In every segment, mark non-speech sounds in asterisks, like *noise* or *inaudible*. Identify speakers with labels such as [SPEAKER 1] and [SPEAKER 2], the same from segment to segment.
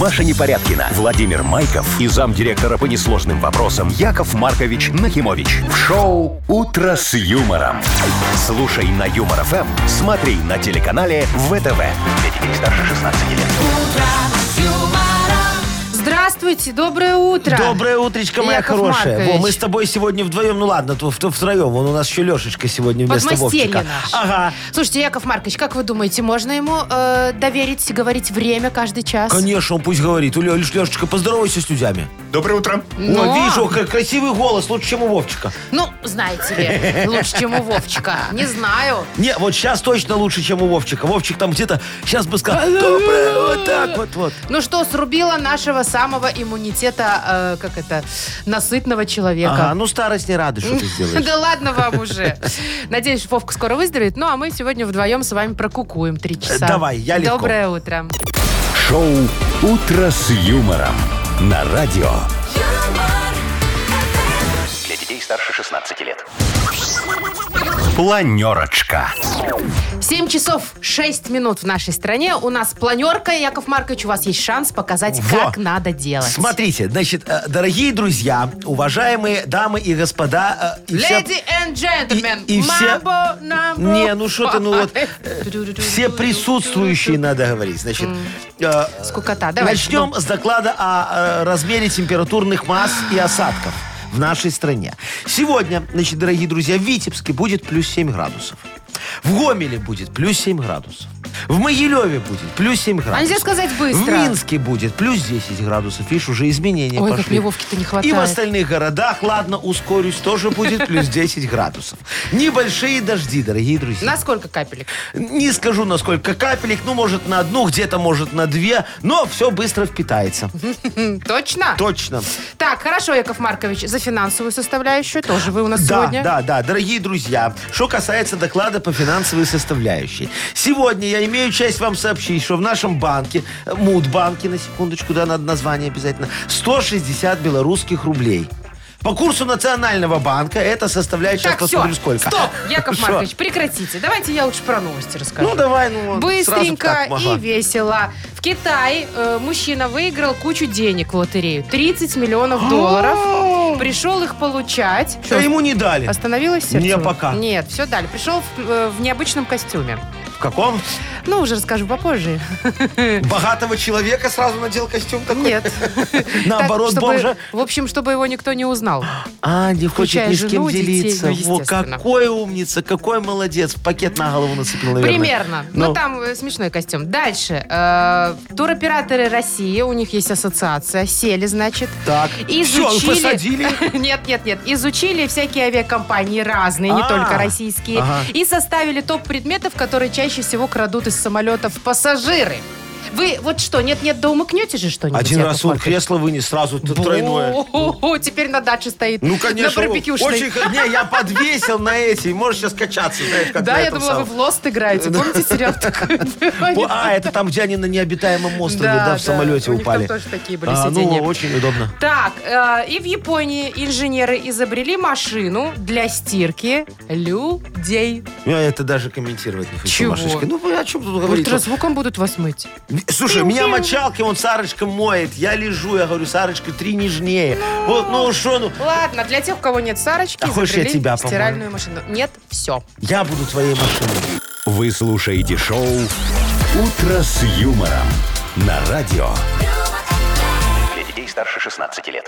[SPEAKER 1] Маша Непорядкина, Владимир Майков и замдиректора по несложным вопросам Яков Маркович Нахимович. В шоу «Утро с юмором». Слушай на Юмор ФМ, смотри на телеканале ВТВ. Для детей старше 16 лет.
[SPEAKER 2] Здравствуйте, доброе утро.
[SPEAKER 3] Доброе утречко, моя
[SPEAKER 2] Яков
[SPEAKER 3] хорошая.
[SPEAKER 2] Маркович.
[SPEAKER 3] Во, мы с тобой сегодня вдвоем, ну ладно, то- то втроем. Вон у нас еще Лешечка сегодня вместо
[SPEAKER 2] Подмастерье
[SPEAKER 3] Вовчика.
[SPEAKER 2] наш.
[SPEAKER 3] Ага.
[SPEAKER 2] Слушайте, Яков Маркович, как вы думаете, можно ему э, доверить говорить время каждый час?
[SPEAKER 3] Конечно, он пусть говорит. У Лё- Лёш- Лешечка, поздоровайся с людьми.
[SPEAKER 4] Доброе утро.
[SPEAKER 2] Но-
[SPEAKER 3] О, вижу, как красивый голос, лучше, чем у Вовчика.
[SPEAKER 2] Ну, знаете ли, лучше, чем у Вовчика. Не знаю.
[SPEAKER 3] Не, вот сейчас точно лучше, чем у Вовчика. Вовчик там где-то сейчас бы сказал, доброе, вот так вот, вот.
[SPEAKER 2] Ну что, срубила нашего самого иммунитета, э, как это, насытного человека.
[SPEAKER 3] Ага, ну старость не рада, что ты сделаешь.
[SPEAKER 2] Да ладно вам уже. Надеюсь, Вовка скоро выздоровеет. Ну, а мы сегодня вдвоем с вами прокукуем три часа.
[SPEAKER 3] Э, давай, я легко.
[SPEAKER 2] Доброе утро.
[SPEAKER 1] Шоу «Утро с юмором» на радио. Для детей старше 16 лет. Планерочка.
[SPEAKER 2] 7 часов 6 минут в нашей стране. У нас планерка. Яков Маркович, у вас есть шанс показать,
[SPEAKER 3] Во.
[SPEAKER 2] как надо делать.
[SPEAKER 3] Смотрите, значит, э, дорогие друзья, уважаемые дамы и господа, э, и вся-
[SPEAKER 2] Леди и джентльмен,
[SPEAKER 3] и- и все-
[SPEAKER 2] мамбо, намбо.
[SPEAKER 3] Не, ну что ты, ну вот, э,
[SPEAKER 2] Ай.
[SPEAKER 3] все присутствующие надо говорить. Значит, э,
[SPEAKER 2] Скукота, давай.
[SPEAKER 3] начнем с доклада о э, размере температурных масс и осадков в нашей стране. Сегодня, значит, дорогие друзья, в Витебске будет плюс 7 градусов. В Гомеле будет плюс 7 градусов. В Могилеве будет плюс 7 градусов.
[SPEAKER 2] А нельзя сказать быстро.
[SPEAKER 3] В Минске будет плюс 10 градусов. Видишь, уже изменения
[SPEAKER 2] Ой, как
[SPEAKER 3] пошли.
[SPEAKER 2] мне Вовки-то не хватает.
[SPEAKER 3] И в остальных городах, ладно, ускорюсь, тоже будет плюс 10 градусов. Небольшие дожди, дорогие друзья.
[SPEAKER 2] На сколько капелек?
[SPEAKER 3] Не скажу, на сколько капелек, ну, может, на одну, где-то, может, на две, но все быстро впитается.
[SPEAKER 2] М, Точно?
[SPEAKER 3] Точно.
[SPEAKER 2] Так, хорошо, Яков Маркович, за финансовую составляющую тоже вы у нас
[SPEAKER 3] Да,
[SPEAKER 2] сегодня.
[SPEAKER 3] да, да. Дорогие друзья, что касается доклада по финансовой составляющей. Сегодня я имею честь вам сообщить, что в нашем банке, э, Мудбанке, на секундочку, да, надо название обязательно, 160 белорусских рублей. По курсу Национального банка это составляет сейчас
[SPEAKER 2] Так, все,
[SPEAKER 3] посмотрим сколько.
[SPEAKER 2] стоп, Яков
[SPEAKER 3] *laughs* Шо?
[SPEAKER 2] Маркович, прекратите. Давайте я лучше про новости расскажу.
[SPEAKER 3] Ну давай, ну сразу
[SPEAKER 2] Быстренько
[SPEAKER 3] так могла.
[SPEAKER 2] и весело. В Китае э, мужчина выиграл кучу денег в лотерею. 30 миллионов долларов. Пришел их получать.
[SPEAKER 3] Всё, А! ему не дали.
[SPEAKER 2] Остановилось сердце?
[SPEAKER 3] Не, пока.
[SPEAKER 2] Нет, все дали. Пришел в, э, в необычном костюме.
[SPEAKER 3] В каком?
[SPEAKER 2] Ну, уже расскажу попозже. *laughs*
[SPEAKER 3] Богатого человека сразу надел костюм такой?
[SPEAKER 2] Нет.
[SPEAKER 3] Наоборот,
[SPEAKER 2] Так, чтобы-
[SPEAKER 3] бомжа?
[SPEAKER 2] В общем, чтобы его никто не узнал.
[SPEAKER 3] А, не хочет
[SPEAKER 2] Включая
[SPEAKER 3] ни с кем
[SPEAKER 2] жену, детей,
[SPEAKER 3] делиться.
[SPEAKER 2] ну,
[SPEAKER 3] Во,
[SPEAKER 2] естественно.
[SPEAKER 3] какой умница, какой молодец. Пакет на голову нацепил, наверное.
[SPEAKER 2] Примерно. Ну,
[SPEAKER 3] Ну.
[SPEAKER 2] там э, смешной костюм. Дальше. Э, туроператоры России, у них есть ассоциация, сели, значит.
[SPEAKER 3] Так.
[SPEAKER 2] И
[SPEAKER 3] Всё,
[SPEAKER 2] Изучили...
[SPEAKER 3] посадили?
[SPEAKER 2] *laughs* Нет, нет, нет. Изучили всякие авиакомпании разные, не
[SPEAKER 3] А,
[SPEAKER 2] только российские.
[SPEAKER 3] ага.
[SPEAKER 2] И составили топ предметов, которые чаще всего крадут из самолетов пассажиры. Вы вот что, нет-нет, да умыкнете же что-нибудь?
[SPEAKER 3] Один
[SPEAKER 2] Яков
[SPEAKER 3] раз он
[SPEAKER 2] Маркович?
[SPEAKER 3] кресло вынес, сразу т- тройное.
[SPEAKER 2] О, теперь на даче стоит.
[SPEAKER 3] Ну, конечно.
[SPEAKER 2] На барбекюшной.
[SPEAKER 3] Очень, х- не, я подвесил на эти. Можешь сейчас качаться. знаешь, как
[SPEAKER 2] Да,
[SPEAKER 3] на
[SPEAKER 2] я
[SPEAKER 3] этом
[SPEAKER 2] думала, вы в
[SPEAKER 3] самом.
[SPEAKER 2] Лост
[SPEAKER 3] *laughs*
[SPEAKER 2] играете. Помните сериал такой?
[SPEAKER 3] По- А, это там, где они на необитаемом острове, да, в самолете
[SPEAKER 2] у них
[SPEAKER 3] упали.
[SPEAKER 2] там тоже такие были
[SPEAKER 3] А, ну,
[SPEAKER 2] сиденья.
[SPEAKER 3] очень удобно.
[SPEAKER 2] Так, э, и в Японии инженеры изобрели машину для стирки людей.
[SPEAKER 3] Я это даже комментировать не хочу,
[SPEAKER 2] Чего?
[SPEAKER 3] Машечка. Ну, вы о чем тут говорить?
[SPEAKER 2] Ультразвуком будут вас мыть.
[SPEAKER 3] Слушай, меня мочалки, он Сарочка моет. Я лежу, я говорю, Сарочка, три нежнее. Вот, ну что, ну...
[SPEAKER 2] Ладно, для тех, у кого нет Сарочки,
[SPEAKER 3] А хочешь, я
[SPEAKER 2] изобрели
[SPEAKER 3] тебя помою?
[SPEAKER 2] стиральную машину. Нет, все.
[SPEAKER 3] Я буду твоей машиной.
[SPEAKER 1] Вы слушаете шоу «Утро с юмором» на радио. Для детей старше 16 лет.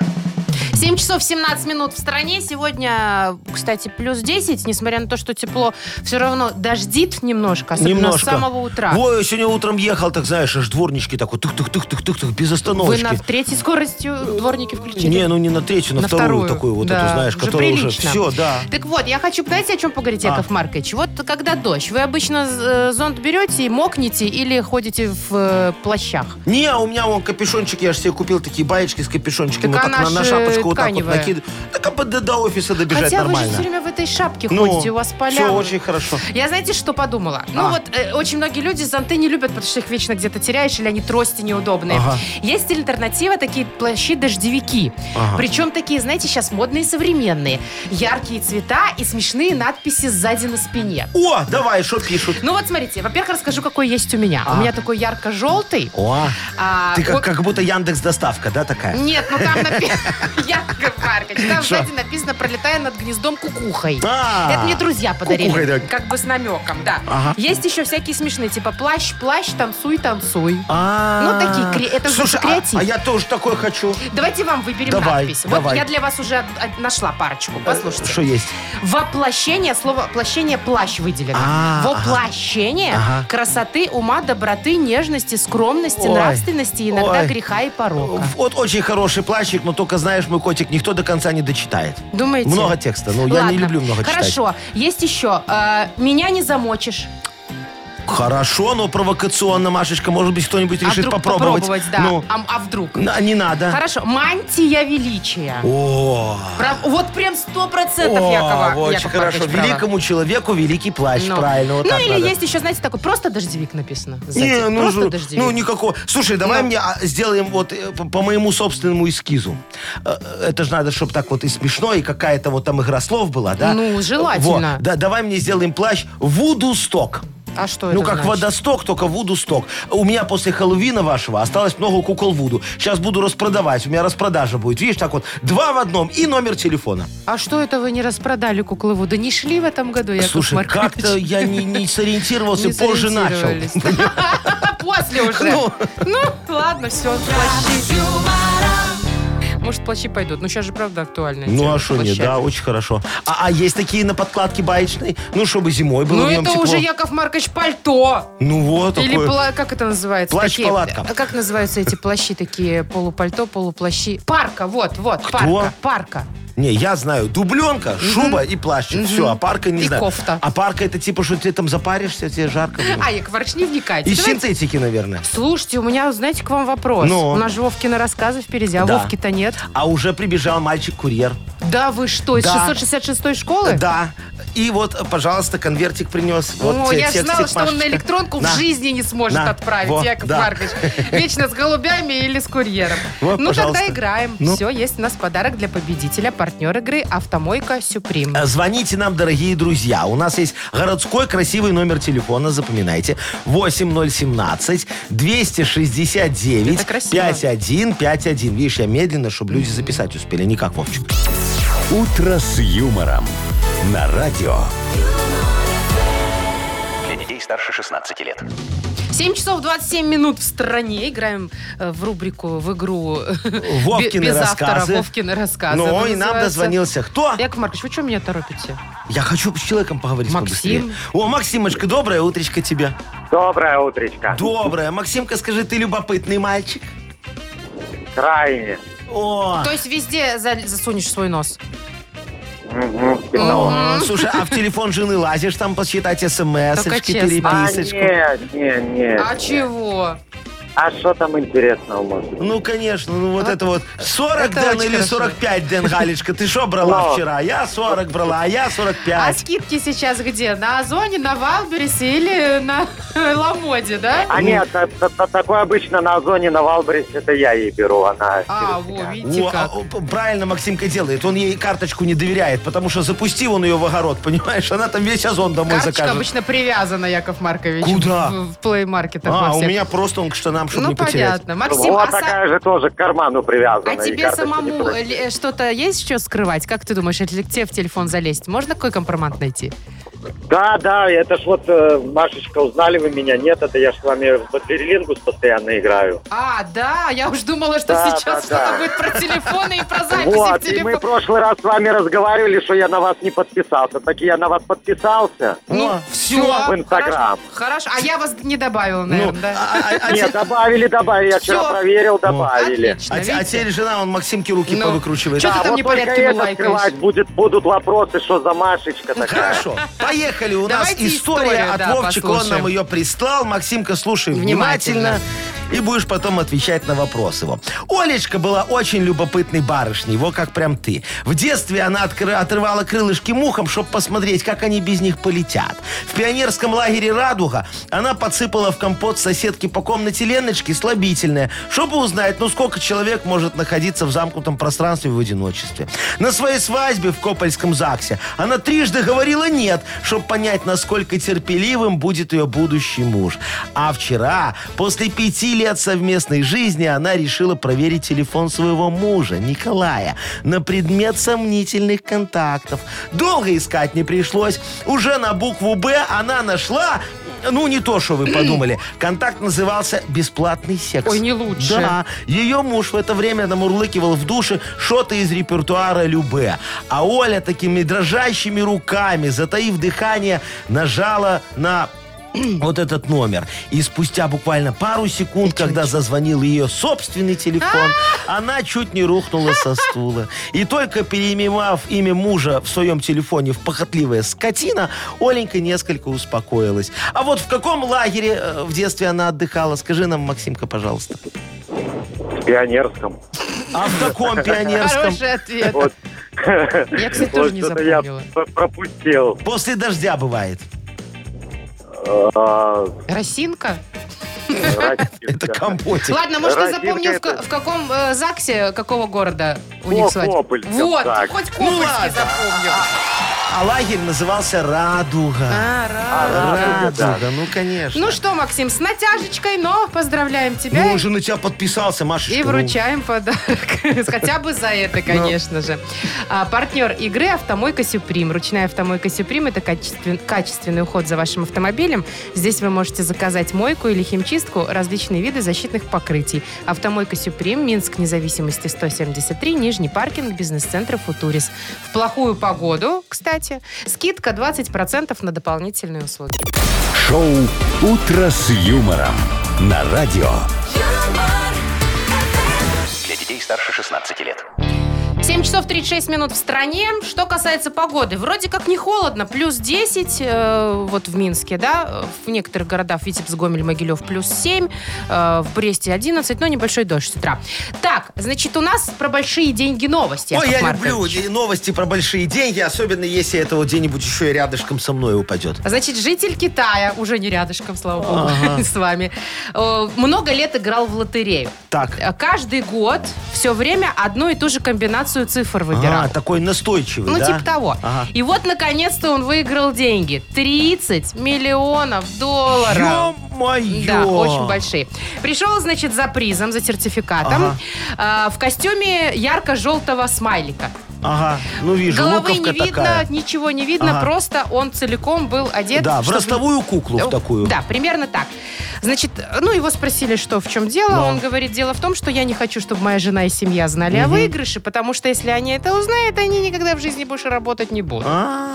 [SPEAKER 2] 7 часов 17 минут в стране. Сегодня, кстати, плюс 10, несмотря на то, что тепло, все равно дождит немножко, особенно
[SPEAKER 3] Немножко.
[SPEAKER 2] с самого утра.
[SPEAKER 3] Во, я сегодня утром ехал, так знаешь, аж дворнички так вот, тых-тых-тых-тых-тых, без
[SPEAKER 2] Вы
[SPEAKER 3] остановочки.
[SPEAKER 2] на третьей скоростью дворники включили?
[SPEAKER 3] Не, ну не на третью, на,
[SPEAKER 2] На
[SPEAKER 3] вторую,
[SPEAKER 2] вторую,
[SPEAKER 3] такую вот
[SPEAKER 2] да,
[SPEAKER 3] эту, знаешь,
[SPEAKER 2] уже
[SPEAKER 3] которая уже...
[SPEAKER 2] прилично.
[SPEAKER 3] Все, да.
[SPEAKER 2] Так вот, я хочу, знаете, о чем поговорить, Яков
[SPEAKER 3] А.
[SPEAKER 2] Маркович? Вот когда дождь, вы обычно э, зонт берете и мокнете или ходите в э, плащах?
[SPEAKER 3] Не, у меня вон капюшончики, я же себе купил такие баечки с капюшончиком,
[SPEAKER 2] Так
[SPEAKER 3] вот так
[SPEAKER 2] она
[SPEAKER 3] на, на
[SPEAKER 2] ж, э,
[SPEAKER 3] шапочку вот так вот
[SPEAKER 2] тканевая.
[SPEAKER 3] накидываю. Так а бы до, до офиса добежать
[SPEAKER 2] Хотя
[SPEAKER 3] нормально.
[SPEAKER 2] вы же все время в этой шапке
[SPEAKER 3] Ну,
[SPEAKER 2] ходите, у вас поля.
[SPEAKER 3] всё очень хорошо.
[SPEAKER 2] Я знаете, что подумала? Ну
[SPEAKER 3] А.
[SPEAKER 2] вот э, очень многие люди зонты не любят, потому что их вечно где-то теряешь, или они трости неудобные.
[SPEAKER 3] Ага.
[SPEAKER 2] Есть альтернатива, такие плащи-дождевики.
[SPEAKER 3] Ага.
[SPEAKER 2] Причем такие, знаете, сейчас модные и современные. Яркие цвета и смешные надписи сзади на спине.
[SPEAKER 3] О, давай, что пишут?
[SPEAKER 2] Ну вот смотрите, во-первых, расскажу, какой есть у
[SPEAKER 3] А.
[SPEAKER 2] меня. У меня такой ярко-желтый.
[SPEAKER 3] О,
[SPEAKER 2] а,
[SPEAKER 3] ты как,
[SPEAKER 2] вот-
[SPEAKER 3] как будто Яндекс доставка, да, такая?
[SPEAKER 2] Нет, ну там
[SPEAKER 3] *laughs*
[SPEAKER 2] написано... Яков Маркович, там
[SPEAKER 3] Шо?
[SPEAKER 2] сзади написано «Пролетая над гнездом кукухой».
[SPEAKER 3] А.
[SPEAKER 2] Это мне друзья
[SPEAKER 3] Кукухой,
[SPEAKER 2] подарили.
[SPEAKER 3] да.
[SPEAKER 2] Как бы с намеком, да.
[SPEAKER 3] Ага.
[SPEAKER 2] Есть еще всякие смешные, типа «Плащ, плащ, танцуй, танцуй».
[SPEAKER 3] А.
[SPEAKER 2] Ну, такие кре- это уже
[SPEAKER 3] Слушай, а-
[SPEAKER 2] креатив.
[SPEAKER 3] А, я тоже такой хочу.
[SPEAKER 2] Давайте вам выберем
[SPEAKER 3] Давай,
[SPEAKER 2] надпись. Вот
[SPEAKER 3] давай. Э,
[SPEAKER 2] я для вас уже от- от- нашла парочку. Послушайте.
[SPEAKER 3] Что есть?
[SPEAKER 2] Воплощение, слово воплощение плащ выделено.
[SPEAKER 3] А, ага.
[SPEAKER 2] Воплощение
[SPEAKER 3] Ага.
[SPEAKER 2] красоты, ума, доброты, нежности, скромности,
[SPEAKER 3] Ой.
[SPEAKER 2] нравственности, иногда
[SPEAKER 3] Ой.
[SPEAKER 2] греха и порока.
[SPEAKER 3] Вот очень хороший плащик, но только знаешь, мой котик, никто до конца не дочитает.
[SPEAKER 2] Думаете?
[SPEAKER 3] Много текста. Ну, я не
[SPEAKER 2] Ладно.
[SPEAKER 3] люблю много читать.
[SPEAKER 2] Хорошо. Есть еще. э, меня не замочишь. а
[SPEAKER 3] Хорошо, но провокационно, Машечка, может быть, кто-нибудь
[SPEAKER 2] а
[SPEAKER 3] решит
[SPEAKER 2] вдруг
[SPEAKER 3] попробовать.
[SPEAKER 2] да.
[SPEAKER 3] Ну,
[SPEAKER 2] А, а вдруг?
[SPEAKER 3] на- не надо.
[SPEAKER 2] Хорошо. Мантия величия.
[SPEAKER 3] О,
[SPEAKER 2] Прав- вот прям сто процентов,
[SPEAKER 3] О,
[SPEAKER 2] Якова.
[SPEAKER 3] А, очень
[SPEAKER 2] Яков
[SPEAKER 3] хорошо.
[SPEAKER 2] Маркович права.
[SPEAKER 3] Великому человеку великий плащ,
[SPEAKER 2] Ну.
[SPEAKER 3] правильно. Вот
[SPEAKER 2] ну
[SPEAKER 3] так
[SPEAKER 2] или
[SPEAKER 3] надо.
[SPEAKER 2] есть еще, знаете, такой просто дождевик написано. сзади.
[SPEAKER 3] Не, ну,
[SPEAKER 2] просто
[SPEAKER 3] жу-
[SPEAKER 2] дождевик.
[SPEAKER 3] ну никакого. Слушай, давай
[SPEAKER 2] Ну.
[SPEAKER 3] мне а, сделаем вот э, по, по моему собственному эскизу. Э, Это же надо, чтобы так вот и смешно, и какая-то вот там игра слов была, да?
[SPEAKER 2] Ну, желательно.
[SPEAKER 3] Во, Да, давай мне сделаем плащ Вудусток.
[SPEAKER 2] А что это
[SPEAKER 3] Ну, как
[SPEAKER 2] значит?
[SPEAKER 3] водосток, только вудусток. У меня после Хэллоуина вашего осталось много кукол Вуду. Сейчас буду распродавать. У меня распродажа будет. Видишь, так вот, два в одном и номер телефона.
[SPEAKER 2] А что это вы не распродали куклы Вуду? Не шли в этом году, Яков
[SPEAKER 3] Слушай,
[SPEAKER 2] Маркович?
[SPEAKER 3] как-то я не, не
[SPEAKER 2] *laughs*
[SPEAKER 3] сориентировался,
[SPEAKER 2] Не
[SPEAKER 3] позже начал.
[SPEAKER 2] сориентировались. *laughs*
[SPEAKER 3] *laughs*
[SPEAKER 2] После уже.
[SPEAKER 3] Ну.
[SPEAKER 2] Ну, ладно, все, плащи. Может, плащи пойдут. Ну, сейчас же, правда, актуально.
[SPEAKER 3] Ну а что не, да, очень хорошо. А, а есть такие на подкладке баечные? Ну, чтобы зимой было
[SPEAKER 2] Ну,
[SPEAKER 3] в нем
[SPEAKER 2] это
[SPEAKER 3] тепло.
[SPEAKER 2] уже, Яков Маркович, пальто.
[SPEAKER 3] Ну вот
[SPEAKER 2] Или
[SPEAKER 3] такое.
[SPEAKER 2] пла- как это называется? Такие-
[SPEAKER 3] Плащ-палатка.
[SPEAKER 2] А Как называются эти плащи такие? Полупальто, полуплащи. Парка, вот, вот,
[SPEAKER 3] Кто?
[SPEAKER 2] парка, парка.
[SPEAKER 3] Не, я знаю, дубленка, шуба и плащик. Все, а парка не
[SPEAKER 2] И
[SPEAKER 3] знаю.
[SPEAKER 2] кофта.
[SPEAKER 3] А парка это типа, что ты там запаришься, тебе жарко будет.
[SPEAKER 2] А, Яков Маркович, не вникайте.
[SPEAKER 3] И
[SPEAKER 2] Давайте-
[SPEAKER 3] синтетики, наверное.
[SPEAKER 2] Слушайте, у меня, знаете, к вам вопрос.
[SPEAKER 3] Ну?
[SPEAKER 2] У нас же Вовкины рассказы впереди, а
[SPEAKER 3] Да.
[SPEAKER 2] Вовки-то нет.
[SPEAKER 3] А уже прибежал мальчик-курьер.
[SPEAKER 2] Да вы что, из
[SPEAKER 3] Да.
[SPEAKER 2] 666 школы?
[SPEAKER 3] Да. И вот, пожалуйста, конвертик принес. Вот
[SPEAKER 2] О,
[SPEAKER 3] те-
[SPEAKER 2] я ж
[SPEAKER 3] текстик,
[SPEAKER 2] знала, что он на
[SPEAKER 3] Машечка.
[SPEAKER 2] электронку
[SPEAKER 3] На.
[SPEAKER 2] в жизни не сможет
[SPEAKER 3] На.
[SPEAKER 2] отправить,
[SPEAKER 3] Во,
[SPEAKER 2] Яков
[SPEAKER 3] да. *laughs*
[SPEAKER 2] Маркович. Вечно с голубями или с курьером.
[SPEAKER 3] Вот,
[SPEAKER 2] ну, тогда
[SPEAKER 3] пожалуйста.
[SPEAKER 2] играем.
[SPEAKER 3] Ну.
[SPEAKER 2] Все, есть у нас подарок для победителя, партнер игры «Автомойка Сюприм».
[SPEAKER 3] Э, Звоните нам, дорогие друзья. У нас есть городской красивый номер телефона, запоминайте. 8017-269-5151.
[SPEAKER 2] Это красиво.
[SPEAKER 3] 5151. Видишь, я медленно, чтобы люди записать успели. Не как Вовчик.
[SPEAKER 1] «Утро с юмором» на радио. Для детей старше 16 лет.
[SPEAKER 2] 7 часов 27 минут в стране. Играем э, в рубрику, в игру *laughs* э,
[SPEAKER 3] Вовкины
[SPEAKER 2] без автора
[SPEAKER 3] рассказы.
[SPEAKER 2] «Вовкины рассказы».
[SPEAKER 3] Ну,
[SPEAKER 2] Это
[SPEAKER 3] и нам
[SPEAKER 2] называется.
[SPEAKER 3] дозвонился. Кто?
[SPEAKER 2] Яков Маркович, вы что меня торопите?
[SPEAKER 3] Я хочу с человеком поговорить
[SPEAKER 2] Максим.
[SPEAKER 3] побыстрее. О, Максимочка, доброе утречко тебе.
[SPEAKER 4] Доброе утречко.
[SPEAKER 3] Доброе. Максимка, скажи, ты любопытный мальчик?
[SPEAKER 4] Крайне.
[SPEAKER 3] О,
[SPEAKER 2] То есть везде за- засунешь свой нос?
[SPEAKER 4] Мгм.
[SPEAKER 3] о, слушай, а в телефон жены лазишь там посчитать смс-очки,
[SPEAKER 2] честно.
[SPEAKER 4] А,
[SPEAKER 3] переписочку?
[SPEAKER 4] нет, нет, нет.
[SPEAKER 2] А чего?
[SPEAKER 4] А что там интересного может быть?
[SPEAKER 3] Ну, конечно, ну вот
[SPEAKER 2] Вот.
[SPEAKER 3] это вот. 40
[SPEAKER 2] А? Это
[SPEAKER 3] Дэн
[SPEAKER 2] очень
[SPEAKER 3] или
[SPEAKER 2] хорошо.
[SPEAKER 3] 45
[SPEAKER 2] *laughs*
[SPEAKER 3] Дэн, Галечка, ты что брала
[SPEAKER 4] Но.
[SPEAKER 3] вчера? Я 40 брала, а я
[SPEAKER 2] А
[SPEAKER 3] 45.
[SPEAKER 2] скидки сейчас где? На Озоне, на Валберисе или на *laughs* Ламоде, да?
[SPEAKER 4] А нет, та- та- та- такое обычно на зоне на Валбрис, это я ей беру, она...
[SPEAKER 2] А,
[SPEAKER 4] через
[SPEAKER 2] во,
[SPEAKER 4] меня.
[SPEAKER 2] видите
[SPEAKER 3] О, а,
[SPEAKER 2] как.
[SPEAKER 3] о, п- правильно Максимка делает. Он ей карточку не доверяет, потому что запусти он ее в огород, понимаешь? Она там весь озон домой
[SPEAKER 2] Карточка
[SPEAKER 3] закажет.
[SPEAKER 2] обычно привязана, Яков Маркович.
[SPEAKER 3] Куда?
[SPEAKER 2] В, в плеймаркетах во
[SPEAKER 3] А, у
[SPEAKER 2] всех.
[SPEAKER 3] меня просто он к штанам, чтобы
[SPEAKER 2] Ну,
[SPEAKER 3] не потерять.
[SPEAKER 2] понятно. Максим,
[SPEAKER 4] вот
[SPEAKER 2] а, са-
[SPEAKER 4] такая же тоже к карману привязана.
[SPEAKER 2] а
[SPEAKER 4] и
[SPEAKER 2] тебе
[SPEAKER 4] карточка не
[SPEAKER 2] самому
[SPEAKER 4] подойдет.
[SPEAKER 2] э, что-то есть что скрывать? Как ты думаешь, если к тебе в телефон залезть, можно какой компромат найти?
[SPEAKER 4] Да, да, это ж вот, э, Машечка, узнали вы меня? Нет, это я ж с вами в Баттерлингус постоянно играю.
[SPEAKER 2] А, да, я уж думала, что
[SPEAKER 4] Да,
[SPEAKER 2] сейчас что-то
[SPEAKER 4] да, да.
[SPEAKER 2] будет про телефоны и про записи в
[SPEAKER 4] Вот, и мы
[SPEAKER 2] телефон.
[SPEAKER 4] в прошлый раз с вами разговаривали, что я на вас не подписался. Так я на вас подписался
[SPEAKER 3] О,
[SPEAKER 2] Ну,
[SPEAKER 3] всё.
[SPEAKER 2] всё,
[SPEAKER 4] в Инстаграм.
[SPEAKER 2] Хорошо, а я вас не добавила,
[SPEAKER 3] Ну,
[SPEAKER 2] наверное, да?
[SPEAKER 3] а- а- а
[SPEAKER 4] Нет,
[SPEAKER 3] те-
[SPEAKER 4] добавили, добавили. Я вчера
[SPEAKER 2] Всё.
[SPEAKER 4] проверил, добавили.
[SPEAKER 2] Отлично,
[SPEAKER 3] а те- а
[SPEAKER 2] видите?
[SPEAKER 3] теперь жена, он Максимке руки
[SPEAKER 2] Ну,
[SPEAKER 3] повыкручивает.
[SPEAKER 2] чё ты
[SPEAKER 4] А
[SPEAKER 2] там
[SPEAKER 4] вот только
[SPEAKER 2] непорядки
[SPEAKER 4] это
[SPEAKER 2] вылайкаешь.
[SPEAKER 4] скрывать будет, будут вопросы, что за Машечка
[SPEAKER 2] Ну,
[SPEAKER 4] такая.
[SPEAKER 3] Хорошо, поехали. У нас
[SPEAKER 2] Давайте историю,
[SPEAKER 3] история от
[SPEAKER 2] да,
[SPEAKER 3] Вовчика. Он
[SPEAKER 2] послушаем.
[SPEAKER 3] нам ее прислал. Максимка, слушай
[SPEAKER 2] Внимательно.
[SPEAKER 3] внимательно. и будешь потом отвечать на вопрос его. Олечка была очень любопытной барышней, его как прям ты. В детстве она откры- отрывала крылышки мухам, чтобы посмотреть, как они без них полетят. В пионерском лагере «Радуга» она подсыпала в компот соседки по комнате Леночки слабительное, чтобы узнать, ну сколько человек может находиться в замкнутом пространстве в одиночестве. На своей свадьбе в Копольском ЗАГСе она трижды говорила «нет», чтобы понять, насколько терпеливым будет ее будущий муж. А вчера, после пяти лет совместной жизни, она решила проверить телефон своего мужа, Николая, на предмет сомнительных контактов. Долго искать не пришлось. Уже на букву «Б» она нашла, ну, не то, что вы подумали. Контакт назывался «Бесплатный секс».
[SPEAKER 2] Ой, не лучше.
[SPEAKER 3] Да. Ее муж в это время намурлыкивал в душе что-то из репертуара Любе. А Оля такими дрожащими руками, затаив дыхание, нажала на *clears throat* вот этот номер. И спустя буквально пару секунд, когда зазвонил ее собственный телефон, она чуть не рухнула со стула. И только переименовав имя мужа в своем телефоне в похотливая скотина, Оленька несколько успокоилась. А вот в каком лагере э, в детстве она отдыхала? Скажи нам, Максимка, пожалуйста.
[SPEAKER 4] В пионерском.
[SPEAKER 3] А в каком пионерском?
[SPEAKER 2] Хороший ответ.
[SPEAKER 4] Вот.
[SPEAKER 2] *laughs* Я, кстати, тоже
[SPEAKER 4] Вот
[SPEAKER 2] не
[SPEAKER 4] что-то я
[SPEAKER 2] запомнила.
[SPEAKER 4] п- пропустил.
[SPEAKER 3] После дождя бывает.
[SPEAKER 4] А,
[SPEAKER 2] Росинка?
[SPEAKER 4] Ракитинка.
[SPEAKER 3] Это компотик.
[SPEAKER 2] Ладно, может, ты
[SPEAKER 4] Ракитка
[SPEAKER 2] запомнил, в,
[SPEAKER 4] это-
[SPEAKER 2] ка- в каком э, ЗАГСе, какого города у них
[SPEAKER 4] О,
[SPEAKER 2] свадьба?
[SPEAKER 4] Копольский
[SPEAKER 2] Вот, ты
[SPEAKER 4] ЗАГС.
[SPEAKER 2] хоть
[SPEAKER 3] Ну
[SPEAKER 2] Копольский
[SPEAKER 3] ладно.
[SPEAKER 2] запомнил.
[SPEAKER 3] А лагерь назывался Радуга.
[SPEAKER 2] А,
[SPEAKER 4] А,
[SPEAKER 2] рада.
[SPEAKER 4] Радуга, да.
[SPEAKER 3] Радуга, ну конечно.
[SPEAKER 2] Ну что, Максим, с натяжечкой, но поздравляем тебя.
[SPEAKER 3] Ну,
[SPEAKER 2] и-
[SPEAKER 3] он же на тебя подписался, Машечка.
[SPEAKER 2] И
[SPEAKER 3] ну.
[SPEAKER 2] вручаем подарок. *laughs* Хотя бы за это, конечно же. А, Партнер игры «Автомойка Сюприм». Ручная «Автомойка Сюприм» — это качествен- качественный уход за вашим автомобилем. Здесь вы можете заказать мойку или химчистку, различные виды защитных покрытий. «Автомойка Сюприм», Минск, независимости 173, Нижний паркинг, бизнес-центр «Футурис». В плохую погоду, кстати, скидка 20% на дополнительные услуги.
[SPEAKER 1] Шоу «Утро с юмором» на радио.
[SPEAKER 5] юмор,
[SPEAKER 6] Для детей старше 16 лет.
[SPEAKER 2] 7 часов 36 минут в стране. Что касается погоды, вроде как не холодно. Плюс 10 э, вот в Минске, да, в некоторых городах Витебск, Гомель, Могилев плюс 7, э, в Бресте 11, но небольшой дождь с утра. Так, значит, у нас про большие деньги новости.
[SPEAKER 3] Ой,
[SPEAKER 2] Яков
[SPEAKER 3] я
[SPEAKER 2] Маркович.
[SPEAKER 3] люблю де- новости про большие деньги, особенно если это вот где-нибудь еще и рядышком со мной упадет.
[SPEAKER 2] Значит, житель Китая, уже не рядышком, слава богу, *laughs* с вами, э, много лет играл в лотерею.
[SPEAKER 3] Так.
[SPEAKER 2] Э, Каждый год все время одну и ту же комбинацию цифр выбирал.
[SPEAKER 3] А, такой настойчивый,
[SPEAKER 2] Ну,
[SPEAKER 3] да?
[SPEAKER 2] типа того.
[SPEAKER 3] Ага.
[SPEAKER 2] И вот, наконец-то, он выиграл деньги. 30 миллионов долларов.
[SPEAKER 3] Ё-моё!
[SPEAKER 2] Да, очень большие. Пришел, значит, за призом, за сертификатом. э, в костюме ярко-желтого смайлика.
[SPEAKER 3] Ага, ну вижу,
[SPEAKER 2] Головы
[SPEAKER 3] луковка
[SPEAKER 2] не видно,
[SPEAKER 3] такая.
[SPEAKER 2] ничего не видно,
[SPEAKER 3] Ага.
[SPEAKER 2] просто он целиком был одет.
[SPEAKER 3] Да, в
[SPEAKER 2] чтобы- Э, Ну,
[SPEAKER 3] ростовую куклу в такую.
[SPEAKER 2] Да, примерно так. Значит, ну его спросили, что в чем дело.
[SPEAKER 3] Ну.
[SPEAKER 2] Он говорит, дело в том, что я не хочу, чтобы моя жена и семья знали о выигрыше, потому что если они это узнают, они никогда в жизни больше работать не будут.
[SPEAKER 3] А.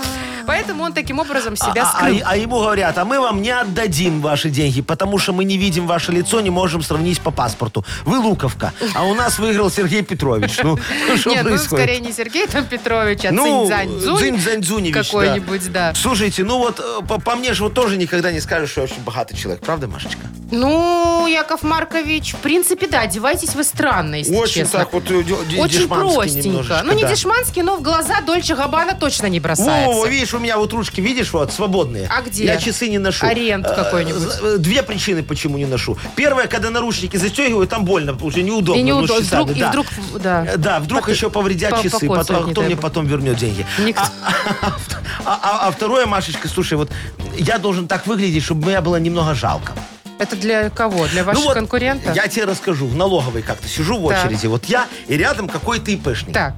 [SPEAKER 2] Поэтому он таким образом
[SPEAKER 3] А,
[SPEAKER 2] себя
[SPEAKER 3] а-
[SPEAKER 2] скрыл.
[SPEAKER 3] а ему говорят, а мы вам не отдадим ваши деньги, потому что мы не видим ваше лицо, не можем сравнить по паспорту. Вы луковка, а у нас выиграл Сергей Петрович. Ну, *laughs* что
[SPEAKER 2] Нет, ну
[SPEAKER 3] происходит?
[SPEAKER 2] скорее не Сергей там Петрович, а
[SPEAKER 3] Ну,
[SPEAKER 2] Цинь-Дзань-Дзунь
[SPEAKER 3] Цинь-Дзань-Дзуневич,
[SPEAKER 2] какой-нибудь, да.
[SPEAKER 3] Слушайте, ну вот э, по, по мне же вот тоже никогда не скажешь, что я очень богатый человек. Правда, Машечка?
[SPEAKER 2] Ну, Яков Маркович, в принципе, да, одевайтесь вы странно, если честно.
[SPEAKER 3] вот э, д- д-
[SPEAKER 2] Очень
[SPEAKER 3] дешмански
[SPEAKER 2] простенько.
[SPEAKER 3] немножечко,
[SPEAKER 2] Ну, не
[SPEAKER 3] да.
[SPEAKER 2] дешманский, но в глаза Дольче Габана точно не бросается.
[SPEAKER 3] Во, видишь, у меня вот ручки, видишь, вот, свободные.
[SPEAKER 2] А где?
[SPEAKER 3] Я часы не ношу.
[SPEAKER 2] Аренд
[SPEAKER 3] Э,
[SPEAKER 2] какой-нибудь.
[SPEAKER 3] э, Две причины, почему не ношу. Первая, когда наручники застегиваю, там больно, потому что неудобно.
[SPEAKER 2] И
[SPEAKER 3] ну, с
[SPEAKER 2] неудобно.
[SPEAKER 3] часами,
[SPEAKER 2] Вдруг- и
[SPEAKER 3] да.
[SPEAKER 2] вдруг, да.
[SPEAKER 3] Э, Да, вдруг еще повредят
[SPEAKER 2] по-
[SPEAKER 3] часы,
[SPEAKER 2] покоцают,
[SPEAKER 3] потом- а
[SPEAKER 2] не
[SPEAKER 3] кто
[SPEAKER 2] дай
[SPEAKER 3] мне
[SPEAKER 2] бог.
[SPEAKER 3] потом вернет деньги?
[SPEAKER 2] Никто.
[SPEAKER 3] А, а- а- а второе, Машечка, слушай, вот я должен так выглядеть, чтобы меня было немного жалко.
[SPEAKER 2] Это для кого? Для ваших
[SPEAKER 3] Ну вот,
[SPEAKER 2] конкурентов?
[SPEAKER 3] Я тебе расскажу. В налоговой как-то сижу в
[SPEAKER 2] Так.
[SPEAKER 3] очереди. Вот я, и рядом какой-то ИПшник.
[SPEAKER 2] Так.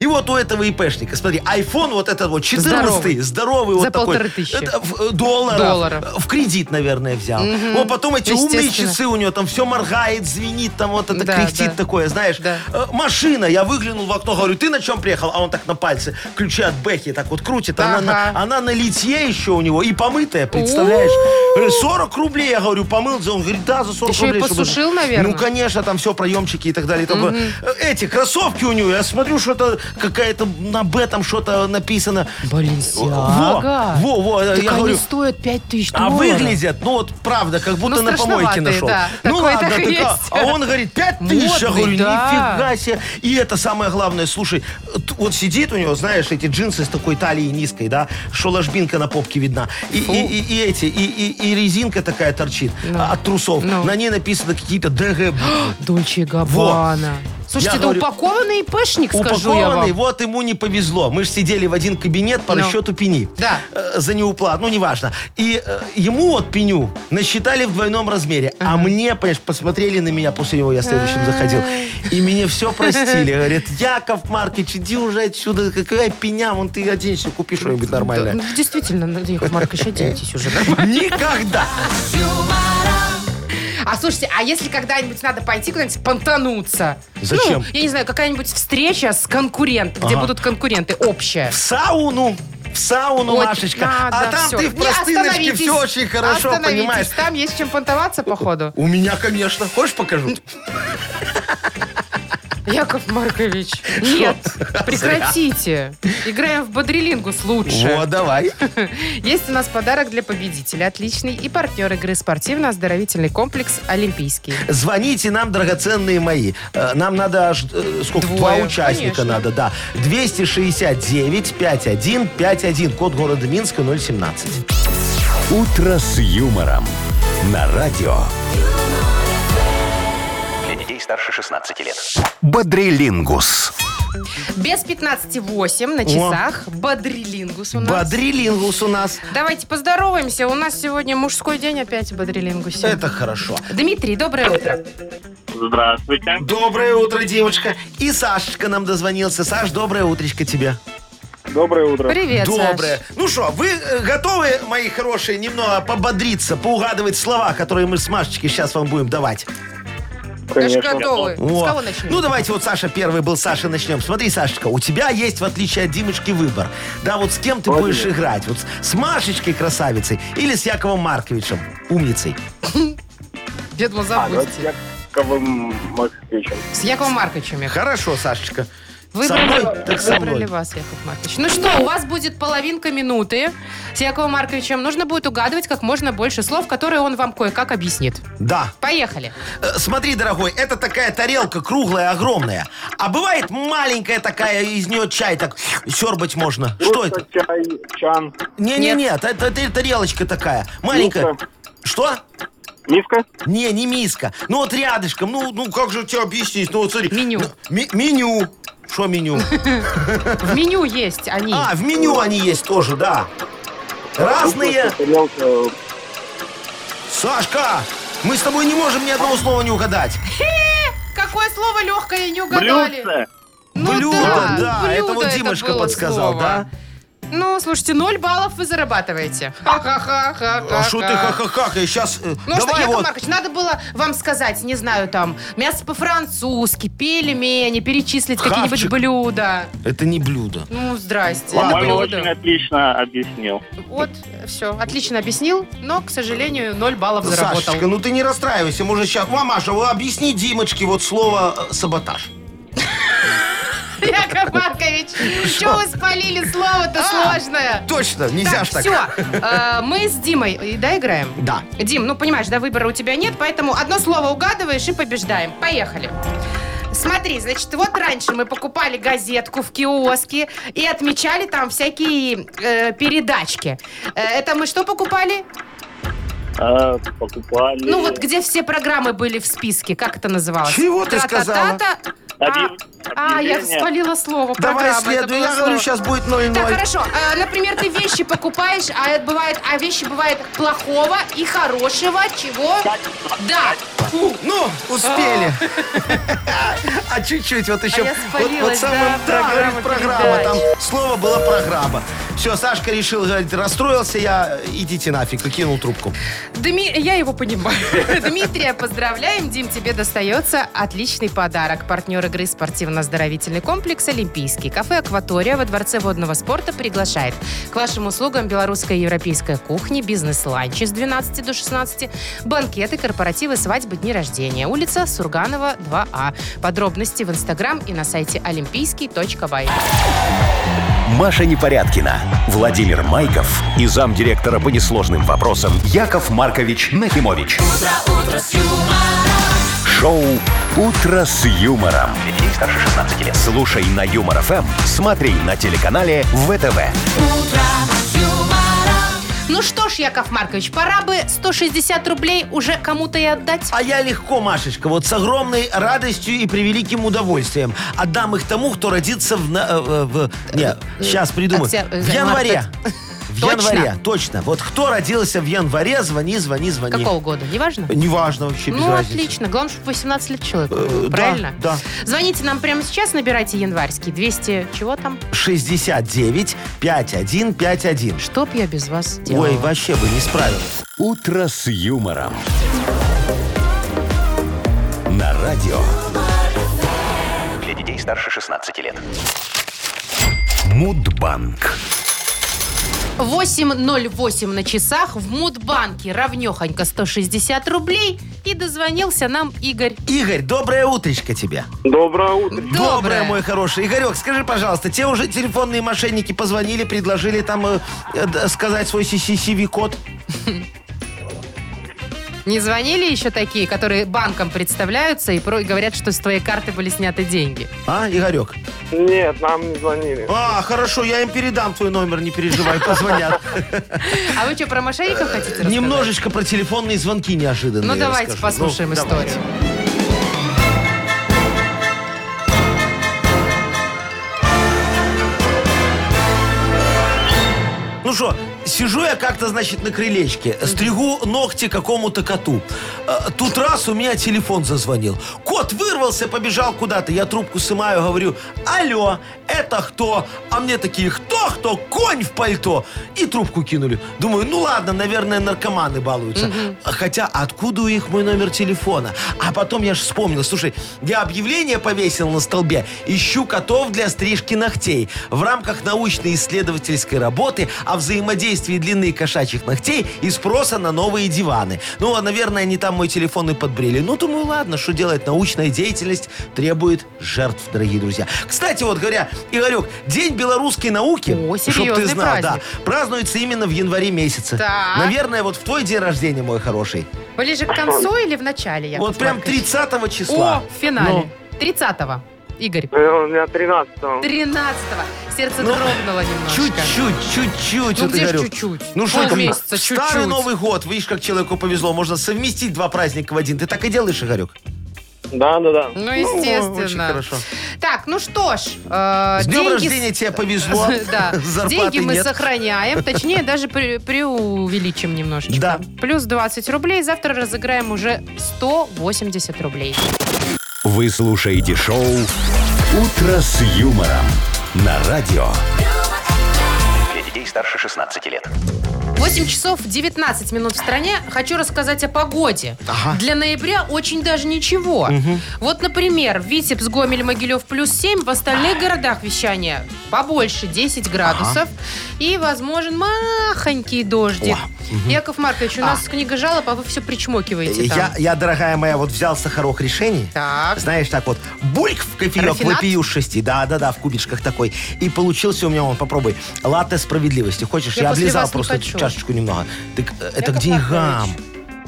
[SPEAKER 3] И вот у этого ИПшника, смотри, iPhone вот этот вот 14 здоровый,
[SPEAKER 2] За
[SPEAKER 3] вот такой.
[SPEAKER 2] полторы тысячи.
[SPEAKER 3] Это в- э, долларов.
[SPEAKER 2] Долларов.
[SPEAKER 3] Э, В кредит, наверное, взял. Вот потом эти умные
[SPEAKER 2] Естественно.
[SPEAKER 3] часы у него, там все моргает, звенит, там вот это
[SPEAKER 2] Да,
[SPEAKER 3] кряхтит
[SPEAKER 2] да.
[SPEAKER 3] такое, знаешь.
[SPEAKER 2] Да.
[SPEAKER 3] Э, Машина, я выглянул в окно, говорю, ты на чем приехал? А он так на пальце ключи от Бэхи так вот крутит. Она,
[SPEAKER 2] Ага.
[SPEAKER 3] на, она на литье еще у него и помытая, представляешь? Э, 40 рублей, я говорю, помыл. Он говорит, да, за 40
[SPEAKER 2] Еще и
[SPEAKER 3] рублей, чтобы-
[SPEAKER 2] посушил, наверное.
[SPEAKER 3] Э, Ну, конечно, там все проемчики и так далее. и тому подобное. Эти кроссовки у нее, я смотрю, что это какая-то на Б там что-то написано.
[SPEAKER 2] Баленсиага.
[SPEAKER 3] Во, во, во,
[SPEAKER 2] Так
[SPEAKER 3] я
[SPEAKER 2] они
[SPEAKER 3] говорю,
[SPEAKER 2] стоят 5000
[SPEAKER 3] а
[SPEAKER 2] долларов.
[SPEAKER 3] выглядят, ну вот правда, как будто на
[SPEAKER 2] страшноватые,
[SPEAKER 3] помойке нашел.
[SPEAKER 2] Ну, да.
[SPEAKER 3] ну
[SPEAKER 2] Такое
[SPEAKER 3] ладно,
[SPEAKER 2] так и
[SPEAKER 3] так, а-
[SPEAKER 2] есть.
[SPEAKER 3] а он говорит, пять тысяч. Я
[SPEAKER 2] Модный,
[SPEAKER 3] говорю,
[SPEAKER 2] да.
[SPEAKER 3] нифига себе. И это самое главное, слушай, т- вот сидит у него, знаешь, эти джинсы с такой талией низкой, да, что ложбинка на попке видна. И, и, и- и эти, и, и- и резинка такая торчит а, от трусов.
[SPEAKER 2] Ну.
[SPEAKER 3] На ней написано какие-то ДГ.
[SPEAKER 2] Дольче и Габбана. Слушайте,
[SPEAKER 3] Я
[SPEAKER 2] это
[SPEAKER 3] говорю-
[SPEAKER 2] упакованный пэшник, скажу я
[SPEAKER 3] Упакованный,
[SPEAKER 2] вам.
[SPEAKER 3] вот ему не повезло. Мы же сидели в один кабинет по
[SPEAKER 2] Ну.
[SPEAKER 3] расчету пени.
[SPEAKER 2] Да.
[SPEAKER 3] Э, За неуплату, ну, неважно. И э, ему вот пеню насчитали в двойном размере. А мне, понимаешь, посмотрели на меня, после него я следующим заходил. И мне
[SPEAKER 2] *laughs*
[SPEAKER 3] все простили. Говорят, Яков Маркич, иди уже отсюда. Какая пеня, вон ты оденься, купи что-нибудь
[SPEAKER 2] Да,
[SPEAKER 3] нормальное.
[SPEAKER 2] ну, Действительно, надо, Яков
[SPEAKER 3] *laughs*
[SPEAKER 2] Маркович, оденьтесь уже. нормально.
[SPEAKER 3] Никогда.
[SPEAKER 2] А слушайте, а если когда-нибудь надо пойти куда-нибудь понтануться?
[SPEAKER 3] Зачем?
[SPEAKER 2] Ну, я не знаю, какая-нибудь встреча с конкурентом, где будут конкуренты, общая.
[SPEAKER 3] В сауну. В сауну,
[SPEAKER 2] Вот
[SPEAKER 3] Машечка. а
[SPEAKER 2] надо,
[SPEAKER 3] там
[SPEAKER 2] всё.
[SPEAKER 3] ты в
[SPEAKER 2] Не,
[SPEAKER 3] простыночке
[SPEAKER 2] остановитесь.
[SPEAKER 3] все очень хорошо,
[SPEAKER 2] Остановитесь,
[SPEAKER 3] понимаешь?
[SPEAKER 2] Там есть чем понтоваться,
[SPEAKER 3] *laughs*
[SPEAKER 2] походу.
[SPEAKER 3] У меня, конечно. Хочешь покажу?
[SPEAKER 2] Яков Маркович, нет, прекратите. Играем в бодрелингус лучше.
[SPEAKER 3] Вот, давай.
[SPEAKER 2] Есть у нас подарок для победителя. Отличный. И партнер игры спортивно-оздоровительный комплекс «Олимпийский».
[SPEAKER 3] Звоните нам, драгоценные мои. Э, Нам надо аж э, сколько?
[SPEAKER 2] Двое,
[SPEAKER 3] Два участника
[SPEAKER 2] конечно.
[SPEAKER 3] надо, да. 269-5151, код города Минска 017.
[SPEAKER 1] «Утро с юмором» на радио
[SPEAKER 6] Для детей старше 16 лет.
[SPEAKER 1] «Бодрилингус».
[SPEAKER 2] Без 15.08 на часах. Бодрилингус у нас.
[SPEAKER 3] Бодрилингус у нас.
[SPEAKER 2] Давайте поздороваемся. У нас сегодня мужской день опять в Бодрилингусе.
[SPEAKER 3] Это хорошо.
[SPEAKER 2] Дмитрий, доброе утро.
[SPEAKER 4] Здравствуйте.
[SPEAKER 3] Доброе утро, девочка. И Сашечка нам дозвонился. Саш, доброе утречко тебе.
[SPEAKER 4] Доброе утро.
[SPEAKER 2] Привет,
[SPEAKER 3] доброе.
[SPEAKER 2] Саш.
[SPEAKER 3] Ну что, вы э, готовы, мои хорошие, немного пободриться, поугадывать слова, которые мы с Машечкой сейчас вам будем давать?
[SPEAKER 2] Даже готовы.
[SPEAKER 3] О.
[SPEAKER 2] С кого начнем?
[SPEAKER 3] Ну, давайте вот Саша первый был. Саша, начнем. Смотри, Сашечка, у тебя есть, в отличие от Димочки, выбор. Да, вот с кем ты
[SPEAKER 4] Вот
[SPEAKER 3] будешь
[SPEAKER 4] именно.
[SPEAKER 3] играть? Вот с- с Машечкой красавицей или с Яковом Марковичем? Умницей.
[SPEAKER 2] А, ну, Я думала,
[SPEAKER 4] А, ну,
[SPEAKER 2] забудете.
[SPEAKER 4] Яковым Максимовичем.
[SPEAKER 2] С Яковом Марковичем. я
[SPEAKER 3] Хорошо, Сашечка.
[SPEAKER 2] Выбрали,
[SPEAKER 3] Со мной, так со
[SPEAKER 2] выбрали
[SPEAKER 3] мной.
[SPEAKER 2] вас, Яков Маркович. Ну что, у вас будет половинка минуты с Яковом Марковичем. Нужно будет угадывать как можно больше слов, которые он вам кое-как объяснит.
[SPEAKER 3] Да.
[SPEAKER 2] Поехали.
[SPEAKER 3] Э, Смотри, дорогой, это такая тарелка круглая, огромная. А бывает маленькая такая, из нее чай так сербать можно. Что это?
[SPEAKER 4] Чай, чан.
[SPEAKER 3] Не-не-не, это, это тарелочка такая. Маленькая.
[SPEAKER 4] Миска.
[SPEAKER 3] Что?
[SPEAKER 4] Миска?
[SPEAKER 3] Не, не миска. Ну вот рядышком. Ну, ну как же тебе объяснить? Ну вот смотри.
[SPEAKER 2] Меню.
[SPEAKER 3] Ну, ми- меню. Что меню?
[SPEAKER 2] В меню есть они.
[SPEAKER 3] А, в меню они есть тоже, да.
[SPEAKER 4] Ну,
[SPEAKER 3] Разные.
[SPEAKER 4] Тарелка.
[SPEAKER 3] Сашка, мы с тобой не можем ни одного слова не угадать.
[SPEAKER 2] Какое слово легкое не угадали? Ну
[SPEAKER 3] блюдо,
[SPEAKER 2] да,
[SPEAKER 3] да,
[SPEAKER 2] блюдо
[SPEAKER 3] это вот
[SPEAKER 2] это
[SPEAKER 3] Димочка
[SPEAKER 2] было
[SPEAKER 3] подсказал,
[SPEAKER 2] слово.
[SPEAKER 3] да?
[SPEAKER 2] Ну, слушайте, 0 баллов вы зарабатываете. Ха-ха-ха-ха.
[SPEAKER 3] А что ты ха-ха-ха? Я сейчас...
[SPEAKER 2] Ну что,
[SPEAKER 3] давай
[SPEAKER 2] Яков
[SPEAKER 3] вот.
[SPEAKER 2] Маркович, надо было вам сказать, не знаю, там, мясо по-французски, пельмени, перечислить какие-нибудь
[SPEAKER 3] Хавчик.
[SPEAKER 2] блюда.
[SPEAKER 3] Это не блюдо.
[SPEAKER 2] Ну, здрасте,
[SPEAKER 3] Ладно.
[SPEAKER 2] это
[SPEAKER 5] По-моему,
[SPEAKER 2] блюдо.
[SPEAKER 5] очень отлично объяснил.
[SPEAKER 2] Вот, все, отлично объяснил, но, к сожалению, 0 баллов заработал.
[SPEAKER 3] Сашечка, ну ты не расстраивайся, может сейчас... Мамаша, вы объясни Димочке вот слово э, саботаж.
[SPEAKER 2] Яков
[SPEAKER 3] *laughs*
[SPEAKER 2] Маркович, что вы спалили
[SPEAKER 3] А.
[SPEAKER 2] слово-то сложное?
[SPEAKER 3] Точно, нельзя ж так.
[SPEAKER 2] все, мы с Димой, э, да, играем?
[SPEAKER 3] Да.
[SPEAKER 2] Дим, ну понимаешь, да, выбора у тебя нет, поэтому одно слово угадываешь и побеждаем. Поехали. Смотри, значит, вот раньше мы покупали газетку в киоске и отмечали там всякие э, передачки. Э, это мы что покупали?
[SPEAKER 5] А, покупали.
[SPEAKER 2] Ну вот где все программы были в списке, как это называлось?
[SPEAKER 3] Чего ты
[SPEAKER 2] Тра-та-та-та.
[SPEAKER 5] Объ-
[SPEAKER 2] А, а, я
[SPEAKER 5] объявление.
[SPEAKER 2] спалила слово.
[SPEAKER 3] Давай
[SPEAKER 2] программа, это
[SPEAKER 3] следуй,
[SPEAKER 2] было
[SPEAKER 3] я говорю,
[SPEAKER 2] слово.
[SPEAKER 3] сейчас будет 0-0.
[SPEAKER 2] Так, хорошо. Э, Например, ты вещи покупаешь, а это бывает, а вещи бывает плохого и хорошего, чего? Да. Фу.
[SPEAKER 3] Ну, успели. *laughs* А чуть-чуть, вот еще.
[SPEAKER 2] я
[SPEAKER 3] Вот
[SPEAKER 2] спалилась,
[SPEAKER 3] вот самым
[SPEAKER 2] да,
[SPEAKER 3] да, говорит
[SPEAKER 2] программа
[SPEAKER 3] программа. Там
[SPEAKER 2] передач.
[SPEAKER 3] слово было программа. Все, Сашка решил, говорит, расстроился я, идите нафиг, и кинул трубку.
[SPEAKER 2] Дми- Я его понимаю. *laughs* Дмитрия, поздравляем. Дим, тебе достается отличный подарок. Партнер игры спортивно-оздоровительный комплекс «Олимпийский». Кафе «Акватория» во Дворце водного спорта приглашает. К вашим услугам белорусская и европейская кухня, бизнес-ланчи с 12 до 16, банкеты, корпоративы, свадьбы, дни рождения. Улица Сурганова, 2А. Подробности в Инстаграм и на сайте олимпийский.бай.
[SPEAKER 1] Маша Непорядкина, Владимир Майков и замдиректора по несложным вопросам Яков Маркович Нахимович. Шоу Утро с юмором. Для детей старше 16 лет. Слушай на юмор ФМ, смотри на телеканале ВТВ.
[SPEAKER 2] Ну что ж, Яков Маркович, пора бы 160 рублей уже кому-то и отдать.
[SPEAKER 3] А я легко, Машечка, вот с огромной радостью и превеликим удовольствием отдам их тому, кто родится в... на- э, э, в- не, сейчас придумаю.
[SPEAKER 2] октя- э,
[SPEAKER 3] В январе.
[SPEAKER 2] марта.
[SPEAKER 3] В
[SPEAKER 2] Точно?
[SPEAKER 3] январе, точно. Вот кто родился в январе, звони, звони, звони.
[SPEAKER 2] Какого года? Неважно?
[SPEAKER 3] Неважно вообще, без
[SPEAKER 2] Ну,
[SPEAKER 3] разницы.
[SPEAKER 2] отлично. Главное, чтобы 18 лет человеку.
[SPEAKER 3] Э,
[SPEAKER 2] было,
[SPEAKER 3] да,
[SPEAKER 2] Правильно?
[SPEAKER 3] да.
[SPEAKER 2] Звоните нам прямо сейчас, набирайте январьский. 200 чего там?
[SPEAKER 3] 69 5151.
[SPEAKER 2] Что б я без вас делала?
[SPEAKER 3] Ой, вообще бы не справилась.
[SPEAKER 1] Утро с юмором. На радио
[SPEAKER 6] Для детей старше 16 лет.
[SPEAKER 1] Мудбанк.
[SPEAKER 2] 8.08 на часах в Мудбанке. Равнехонько 160 рублей. И дозвонился нам Игорь.
[SPEAKER 3] Игорь, доброе утречко тебе.
[SPEAKER 5] Доброе утро.
[SPEAKER 2] Доброе.
[SPEAKER 3] мой хороший. Игорек, скажи, пожалуйста, тебе уже телефонные мошенники позвонили, предложили там э, э, д- сказать свой CCCV-код?
[SPEAKER 2] Не звонили еще такие, которые банком представляются и про- говорят, что с твоей карты были сняты деньги?
[SPEAKER 3] А, Игорек?
[SPEAKER 5] Нет, нам не звонили.
[SPEAKER 3] А, хорошо, я им передам твой номер, не
[SPEAKER 2] *laughs*
[SPEAKER 3] переживай, позвонят.
[SPEAKER 2] А вы что, про мошенников хотите рассказать?
[SPEAKER 3] Немножечко про телефонные звонки неожиданные.
[SPEAKER 2] Ну, давайте
[SPEAKER 3] Э, расскажу.
[SPEAKER 2] послушаем
[SPEAKER 3] Ну, давай.
[SPEAKER 2] историю.
[SPEAKER 3] Ну что, сижу я как-то, значит, на крылечке, стригу ногти какому-то коту. Э, Тут раз у меня телефон зазвонил. Кот вырвался, побежал куда-то. Я трубку сымаю, говорю, алло, это кто? А мне такие, кто, кто? Конь в пальто. И трубку кинули. Думаю, ну ладно, наверное, наркоманы балуются. Хотя откуда у их мой номер телефона? А потом я же вспомнил, слушай, я объявление повесил на столбе. Ищу котов для стрижки ногтей. В рамках научно-исследовательской работы о взаимодействии длины кошачьих ногтей и спроса на новые диваны. Ну, а, наверное, они там мой телефон и подбрели. Ну, думаю, ладно, что делать, научная деятельность требует жертв, дорогие друзья. Кстати, вот говоря, Игорек, День белорусской науки,
[SPEAKER 2] О,
[SPEAKER 3] чтоб ты
[SPEAKER 2] серьезный
[SPEAKER 3] знал, да,
[SPEAKER 2] праздник.
[SPEAKER 3] празднуется именно в январе месяце.
[SPEAKER 2] Так.
[SPEAKER 3] Наверное, вот в твой день рождения, мой хороший.
[SPEAKER 2] Ближе к концу или в начале? Яков
[SPEAKER 3] вот прям
[SPEAKER 2] Маркович?
[SPEAKER 3] 30 числа. Ну.
[SPEAKER 2] О, в финале. 30-го. Игорь.
[SPEAKER 5] Э, У меня 13
[SPEAKER 2] 13-го. Сердце
[SPEAKER 3] Ну,
[SPEAKER 2] дрогнуло немножко.
[SPEAKER 3] Чуть-чуть, чуть-чуть.
[SPEAKER 2] Ну
[SPEAKER 3] вот
[SPEAKER 2] где ж
[SPEAKER 3] Игорек.
[SPEAKER 2] чуть-чуть?
[SPEAKER 3] Ну что там,
[SPEAKER 2] Полмесяца,
[SPEAKER 3] старый
[SPEAKER 2] чуть-чуть.
[SPEAKER 3] Новый год, видишь, как человеку повезло, можно совместить два праздника в один. Ты так и делаешь, Игорек?
[SPEAKER 5] Да, да, да.
[SPEAKER 2] Ну,
[SPEAKER 3] Ну,
[SPEAKER 2] естественно.
[SPEAKER 3] очень хорошо.
[SPEAKER 2] Так, ну что ж. э,
[SPEAKER 3] С
[SPEAKER 2] А С
[SPEAKER 3] днем рождения тебе повезло,
[SPEAKER 2] *laughs* Да.
[SPEAKER 3] *laughs* зарплаты
[SPEAKER 2] Деньги мы
[SPEAKER 3] нет.
[SPEAKER 2] сохраняем, точнее, даже при- преувеличим немножечко.
[SPEAKER 3] Да.
[SPEAKER 2] Плюс 20 рублей. Завтра разыграем уже 180 рублей.
[SPEAKER 1] Вы слушаете шоу Утро с юмором. На радио
[SPEAKER 6] Для детей старше 16 лет.
[SPEAKER 2] 8 часов 19 минут в стране. Хочу рассказать о погоде. Для ноября очень даже ничего. Вот, например, Витебс, Гомель, Могилев плюс 7. В остальных городах вещания побольше, 10 градусов. И возможен махонький дождик. Яков Маркович, у нас книга жалоб, а вы все причмокиваете там.
[SPEAKER 3] Я, я, дорогая моя, вот взял сахарок решений.
[SPEAKER 2] Так.
[SPEAKER 3] Знаешь, так вот, бульк в кофеек
[SPEAKER 2] Рафинад?
[SPEAKER 3] выпью с шести. Да-да-да, в кубичках такой. И получился у меня, он, попробуй, латте справедливости. Хочешь,
[SPEAKER 2] Я
[SPEAKER 3] я,
[SPEAKER 2] после
[SPEAKER 3] облизал
[SPEAKER 2] вас не
[SPEAKER 3] просто
[SPEAKER 2] хочу.
[SPEAKER 3] чашечку немного. Так, э, это
[SPEAKER 2] Яков
[SPEAKER 3] к деньгам.
[SPEAKER 2] Маркович.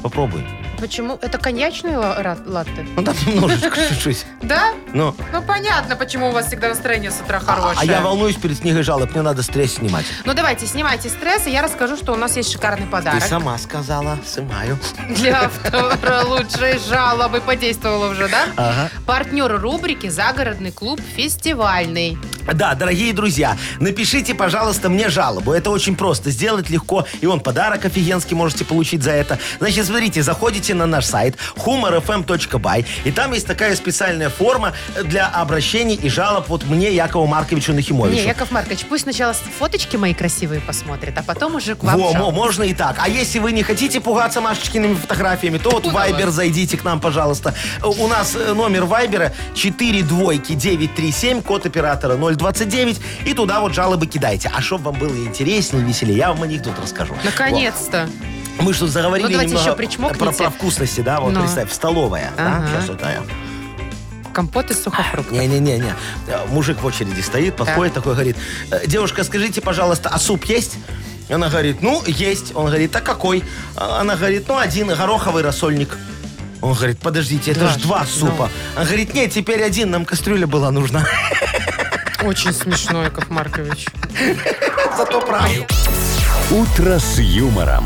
[SPEAKER 3] Попробуй.
[SPEAKER 2] Почему? Это коньячные ла- ра- латте?
[SPEAKER 3] Ну, там
[SPEAKER 2] *laughs*
[SPEAKER 3] немножечко чуть-чуть.
[SPEAKER 2] Да?
[SPEAKER 3] Ну,
[SPEAKER 2] Ну, понятно, почему у вас всегда настроение с утра
[SPEAKER 3] а,
[SPEAKER 2] хорошее.
[SPEAKER 3] а я волнуюсь перед книгой жалоб, мне надо стресс снимать.
[SPEAKER 2] Ну, давайте, снимайте стресс, и я расскажу, что у нас есть шикарный подарок.
[SPEAKER 3] Ты сама сказала, снимаю.
[SPEAKER 2] Для автора лучшей жалобы подействовала уже, да?
[SPEAKER 3] Ага.
[SPEAKER 2] Партнер рубрики «Загородный клуб фестивальный».
[SPEAKER 3] Да, дорогие друзья, напишите, пожалуйста, мне жалобу. Это очень просто сделать, легко. И он подарок офигенский можете получить за это. Значит, смотрите, заходите на наш сайт humorfm.by. И там есть такая специальная форма для обращений и жалоб вот мне, Якову Марковичу Нахимовичу.
[SPEAKER 2] Не, Яков Маркович, пусть сначала фоточки мои красивые посмотрит, а потом уже к вам
[SPEAKER 3] Во, мо-
[SPEAKER 2] жалоб.
[SPEAKER 3] можно и так. А если вы не хотите пугаться Машечкиными фотографиями, то
[SPEAKER 2] Ну,
[SPEAKER 3] вот в Вайбер зайдите к нам, пожалуйста. Э, У нас э, номер Вайбера 4 двойки 937, код оператора 029. И туда вот жалобы кидайте. А чтобы вам было интереснее, веселее, я вам анекдот расскажу.
[SPEAKER 2] Наконец-то.
[SPEAKER 3] Во. Мы что, заговорили
[SPEAKER 2] Ну, давайте
[SPEAKER 3] немного
[SPEAKER 2] еще причмокните.
[SPEAKER 3] про, про вкусности, да? Вот,
[SPEAKER 2] Ну.
[SPEAKER 3] представь, столовая.
[SPEAKER 2] Ага.
[SPEAKER 3] сейчас вот а, я.
[SPEAKER 2] Компот из сухофруктов.
[SPEAKER 3] Не-не-не-не. Э, Мужик в очереди стоит, подходит такой, говорит, «Э, девушка, скажите, пожалуйста, а суп есть? Она говорит, ну, есть. Он говорит, а какой? А Она говорит, ну, один гороховый рассольник. Он говорит, подождите, это
[SPEAKER 2] Да,
[SPEAKER 3] же два
[SPEAKER 2] ну.
[SPEAKER 3] супа. Она говорит, нет, теперь один, нам кастрюля была нужна. *laughs*
[SPEAKER 2] Очень смешно, Яков Маркович.
[SPEAKER 3] Зато правда.
[SPEAKER 1] «Утро с юмором»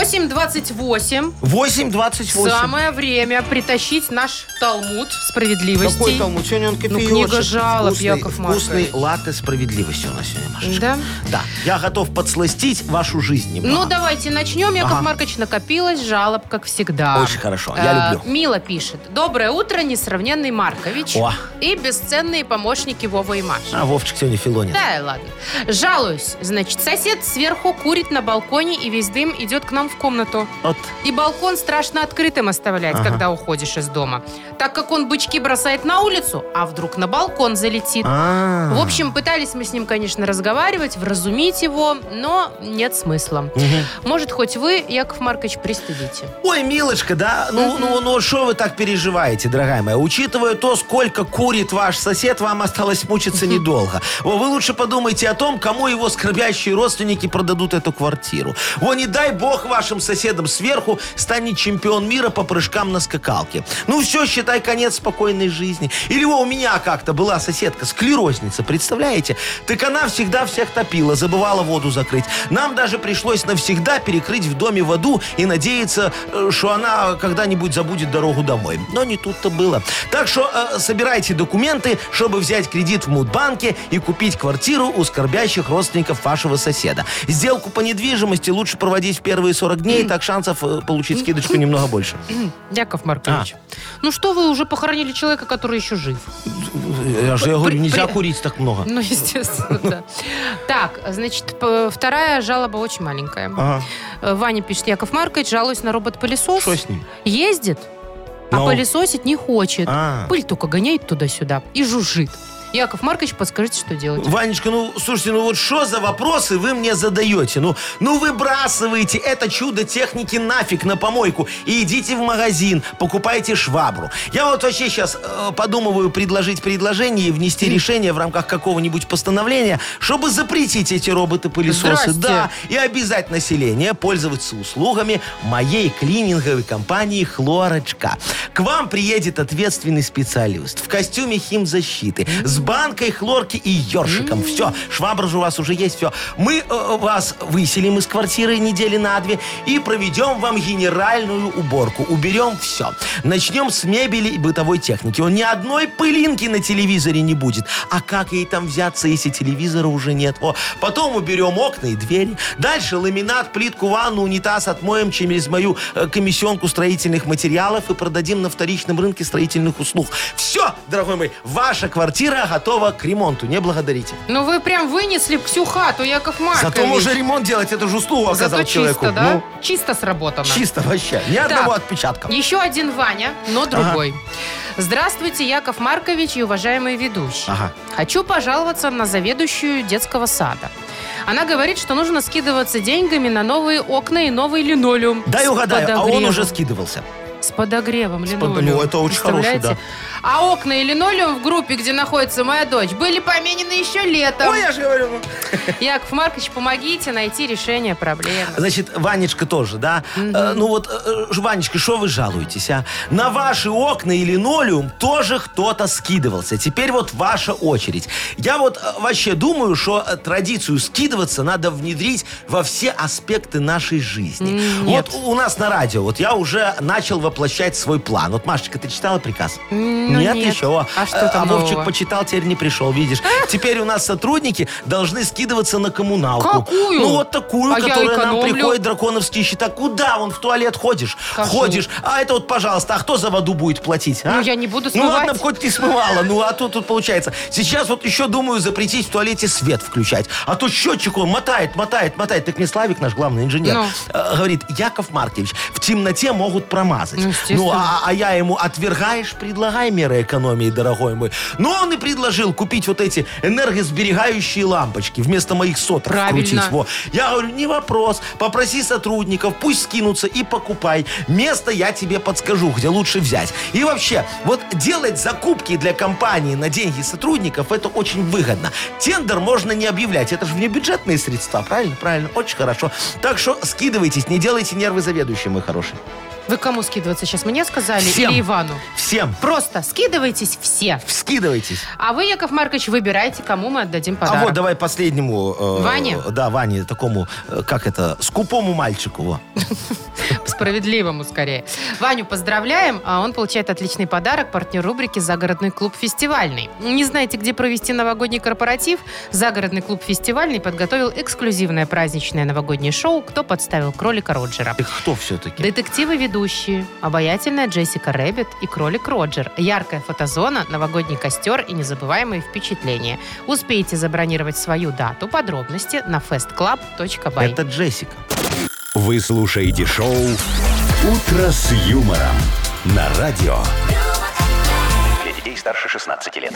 [SPEAKER 2] 8.28.
[SPEAKER 3] 8.28.
[SPEAKER 2] Самое время притащить наш Талмуд справедливости.
[SPEAKER 3] Какой там? Сегодня он кофеечек.
[SPEAKER 2] Ну, книга жалоб,
[SPEAKER 3] вкусный,
[SPEAKER 2] Яков
[SPEAKER 3] Вкусный
[SPEAKER 2] Маркович.
[SPEAKER 3] латте справедливости у нас сегодня, Машечка.
[SPEAKER 2] Да?
[SPEAKER 3] Да. Я готов подсластить вашу жизнь немного.
[SPEAKER 2] Ну, давайте начнем. Яков
[SPEAKER 3] Ага.
[SPEAKER 2] Маркович, накопилось жалоб, как всегда.
[SPEAKER 3] Очень хорошо, я
[SPEAKER 2] Э,
[SPEAKER 3] люблю.
[SPEAKER 2] Мила пишет. Доброе утро, несравненный Маркович.
[SPEAKER 3] О.
[SPEAKER 2] И бесценные помощники Вова и Маша.
[SPEAKER 3] А Вовчик сегодня филонит.
[SPEAKER 2] Да, и ладно. Жалуюсь. Значит, сосед сверху курит на балконе, и весь дым идет к нам в комнату.
[SPEAKER 3] Вот.
[SPEAKER 2] И балкон страшно открытым оставлять,
[SPEAKER 3] Ага.
[SPEAKER 2] когда уходишь из дома. Так как он бычки бросает на улицу, а вдруг на балкон залетит.
[SPEAKER 3] А.
[SPEAKER 2] В общем, пытались мы с ним, конечно, разговаривать, вразумить его, но нет смысла.
[SPEAKER 3] Мгм.
[SPEAKER 2] Может, хоть вы, Яков Маркович, пристыдите.
[SPEAKER 3] Ой, милочка, да? Ну, ну, ну, что вы так переживаете, дорогая моя? Учитывая то, сколько курит ваш сосед, вам осталось мучиться недолго. Во, Вы лучше подумайте о том, кому его скорбящие родственники продадут эту квартиру. Во, не дай бог вашим соседам сверху станет чемпион мира по прыжкам на скакалке. Ну, все, считай, конец спокойной жизни. Или во, у меня как-то была соседка, склерозница, представляете? Так она всегда всех топила, забывала воду закрыть. Нам даже пришлось навсегда перекрыть в доме воду и надеяться, э, что она когда-нибудь забудет дорогу домой. Но не тут-то было. Так что э, собирайте документы, чтобы взять кредит в Мудбанке и купить квартиру у скорбящих родственников вашего соседа. Сделку по недвижимости лучше проводить в первые 40 дней, так шансов э, получить скидочку немного больше.
[SPEAKER 2] Яков Маркович, ну что вы уже похоронили человека, который еще
[SPEAKER 3] *laughs*
[SPEAKER 2] жив?
[SPEAKER 3] Я же говорю, нельзя
[SPEAKER 2] При-
[SPEAKER 3] курить так много.
[SPEAKER 2] Ну, естественно, да. Так, значит, п- вторая жалоба очень маленькая.
[SPEAKER 3] Ага.
[SPEAKER 2] Э, Ваня пишет, Яков Маркович, жалуюсь на робот-пылесос.
[SPEAKER 3] Что с ним?
[SPEAKER 2] Ездит,
[SPEAKER 3] Ну.
[SPEAKER 2] а пылесосить не хочет.
[SPEAKER 3] А.
[SPEAKER 2] Пыль только гоняет туда-сюда и жужжит. Яков Маркович, подскажите, что делать?
[SPEAKER 3] Ванечка, ну слушайте, ну вот что за вопросы вы мне задаете? Ну, ну выбрасывайте это чудо техники нафиг на помойку и идите в магазин, покупайте швабру. Я вот вообще сейчас подумываю предложить предложение и внести решение в рамках какого-нибудь постановления, чтобы запретить эти роботы-пылесосы.
[SPEAKER 2] Здрасте.
[SPEAKER 3] Да, и обязать население пользоваться услугами моей клининговой компании «Хлорочка». К вам приедет ответственный специалист в костюме химзащиты с банкой хлорки и ёршиком. Все, швабра же у вас уже есть, все. Мы э, вас выселим из квартиры недели на две и проведем вам генеральную уборку. Уберем все. Начнем с мебели и бытовой техники. Он ни одной пылинки на телевизоре не будет. А как ей там взяться, если телевизора уже нет? О, потом уберем окна и двери. Дальше ламинат, плитку, ванну, унитаз отмоем через мою э, комиссионку строительных материалов и продадим на вторичном рынке строительных услуг. Все, дорогой мой, ваша квартира готова к ремонту. Не благодарите.
[SPEAKER 2] Ну вы прям вынесли всю хату, Яков Маркович.
[SPEAKER 3] Зато можно ремонт делать, это же услугу
[SPEAKER 2] Зато
[SPEAKER 3] оказал человеку.
[SPEAKER 2] чисто, да?
[SPEAKER 3] Ну,
[SPEAKER 2] Чисто сработано.
[SPEAKER 3] чисто вообще. Ни одного отпечатка.
[SPEAKER 2] Еще один Ваня, но другой. Здравствуйте, Яков Маркович и уважаемые ведущие.
[SPEAKER 3] Ага.
[SPEAKER 2] Хочу пожаловаться на заведующую детского сада. Она говорит, что нужно скидываться деньгами на новые окна и новый линолеум.
[SPEAKER 3] Дай
[SPEAKER 2] С
[SPEAKER 3] угадаю, а он
[SPEAKER 2] подогревом.
[SPEAKER 3] уже скидывался.
[SPEAKER 2] С подогревом
[SPEAKER 3] под-
[SPEAKER 2] линолеум.
[SPEAKER 3] ну, это очень хороший,
[SPEAKER 2] Представляете?
[SPEAKER 3] да.
[SPEAKER 2] А окна и линолеум в группе, где находится моя дочь, были поменены еще летом.
[SPEAKER 3] Ой, я же говорю, ну.
[SPEAKER 2] Яков Маркович, помогите найти решение проблемы.
[SPEAKER 3] Значит, Ванечка тоже, да? Э, ну вот, э, э, Ванечка, что вы жалуетесь, а? На ваши окна и линолеум тоже кто-то скидывался. Теперь вот ваша очередь. Я вот э, вообще думаю, что э, традицию скидываться надо внедрить во все аспекты нашей жизни.
[SPEAKER 2] М,
[SPEAKER 3] Вот у у нас на радио, вот я уже начал воплощать воплощать свой план. Вот, Машечка, ты читала приказ?
[SPEAKER 2] Ну,
[SPEAKER 3] нет,
[SPEAKER 2] нет.
[SPEAKER 3] еще. О,
[SPEAKER 2] А что
[SPEAKER 3] э,
[SPEAKER 2] там
[SPEAKER 3] а Вовчик
[SPEAKER 2] нового?
[SPEAKER 3] почитал, теперь не пришел, видишь.
[SPEAKER 2] *laughs*
[SPEAKER 3] Теперь у нас сотрудники должны скидываться на коммуналку.
[SPEAKER 2] Какую?
[SPEAKER 3] Ну, вот такую,
[SPEAKER 2] А я
[SPEAKER 3] которая нам
[SPEAKER 2] экономлю.
[SPEAKER 3] приходит драконовские счета. Куда он в туалет ходишь?
[SPEAKER 2] Хожу.
[SPEAKER 3] Ходишь. А это вот, пожалуйста, а кто за воду будет платить? а?
[SPEAKER 2] Ну, я не буду
[SPEAKER 3] Ну, ладно,
[SPEAKER 2] смывать.
[SPEAKER 3] б хоть ты смывала. Ну, а то тут получается. Сейчас вот еще думаю запретить в туалете свет включать. А то счетчик он мотает, мотает, мотает. Так мне Славик, наш главный инженер,
[SPEAKER 2] Ну.
[SPEAKER 3] э, говорит, Яков Маркович, в темноте могут промазать.
[SPEAKER 2] Ну, естественно.
[SPEAKER 3] а, а я ему, отвергаешь, предлагай меры экономии, дорогой мой. Но он и предложил купить вот эти энергосберегающие лампочки вместо моих соток
[SPEAKER 2] Правильно.
[SPEAKER 3] крутить. Во. Я говорю, не вопрос, попроси сотрудников, пусть скинутся и покупай. Место я тебе подскажу, где лучше взять. И вообще, вот делать закупки для компании на деньги сотрудников, это очень выгодно. Тендер можно не объявлять, это же внебюджетные средства, правильно? Правильно, очень хорошо. Так что скидывайтесь, не делайте нервы заведующим, мой хороший.
[SPEAKER 2] Вы кому скидываться сейчас? Мне сказали
[SPEAKER 3] Всем.
[SPEAKER 2] или Ивану?
[SPEAKER 3] Всем
[SPEAKER 2] Просто скидывайтесь все.
[SPEAKER 3] скидывайтесь.
[SPEAKER 2] А вы, Яков Маркович, выбирайте, кому мы отдадим подарок.
[SPEAKER 3] А вот давай последнему... э,
[SPEAKER 2] Ване?
[SPEAKER 3] Да, Ване, такому, э, как это, скупому мальчику. во.
[SPEAKER 2] Справедливому скорее. Ваню поздравляем, а он получает отличный подарок партнер рубрики «Загородный клуб фестивальный». Не знаете, где провести новогодний корпоратив? «Загородный клуб фестивальный» подготовил эксклюзивное праздничное новогоднее шоу «Кто подставил кролика Роджера».
[SPEAKER 3] Ты кто все-таки?
[SPEAKER 2] Детективы-ведущие, обаятельная Джессика Рэббит и кролик Роджер, яркая фотозона, новогодний костер и незабываемые впечатления. Успейте забронировать свою дату, подробности на festclub.by.
[SPEAKER 3] Это Джессика.
[SPEAKER 1] Вы слушаете шоу «Утро с юмором» на радио.
[SPEAKER 6] Для детей старше 16 лет.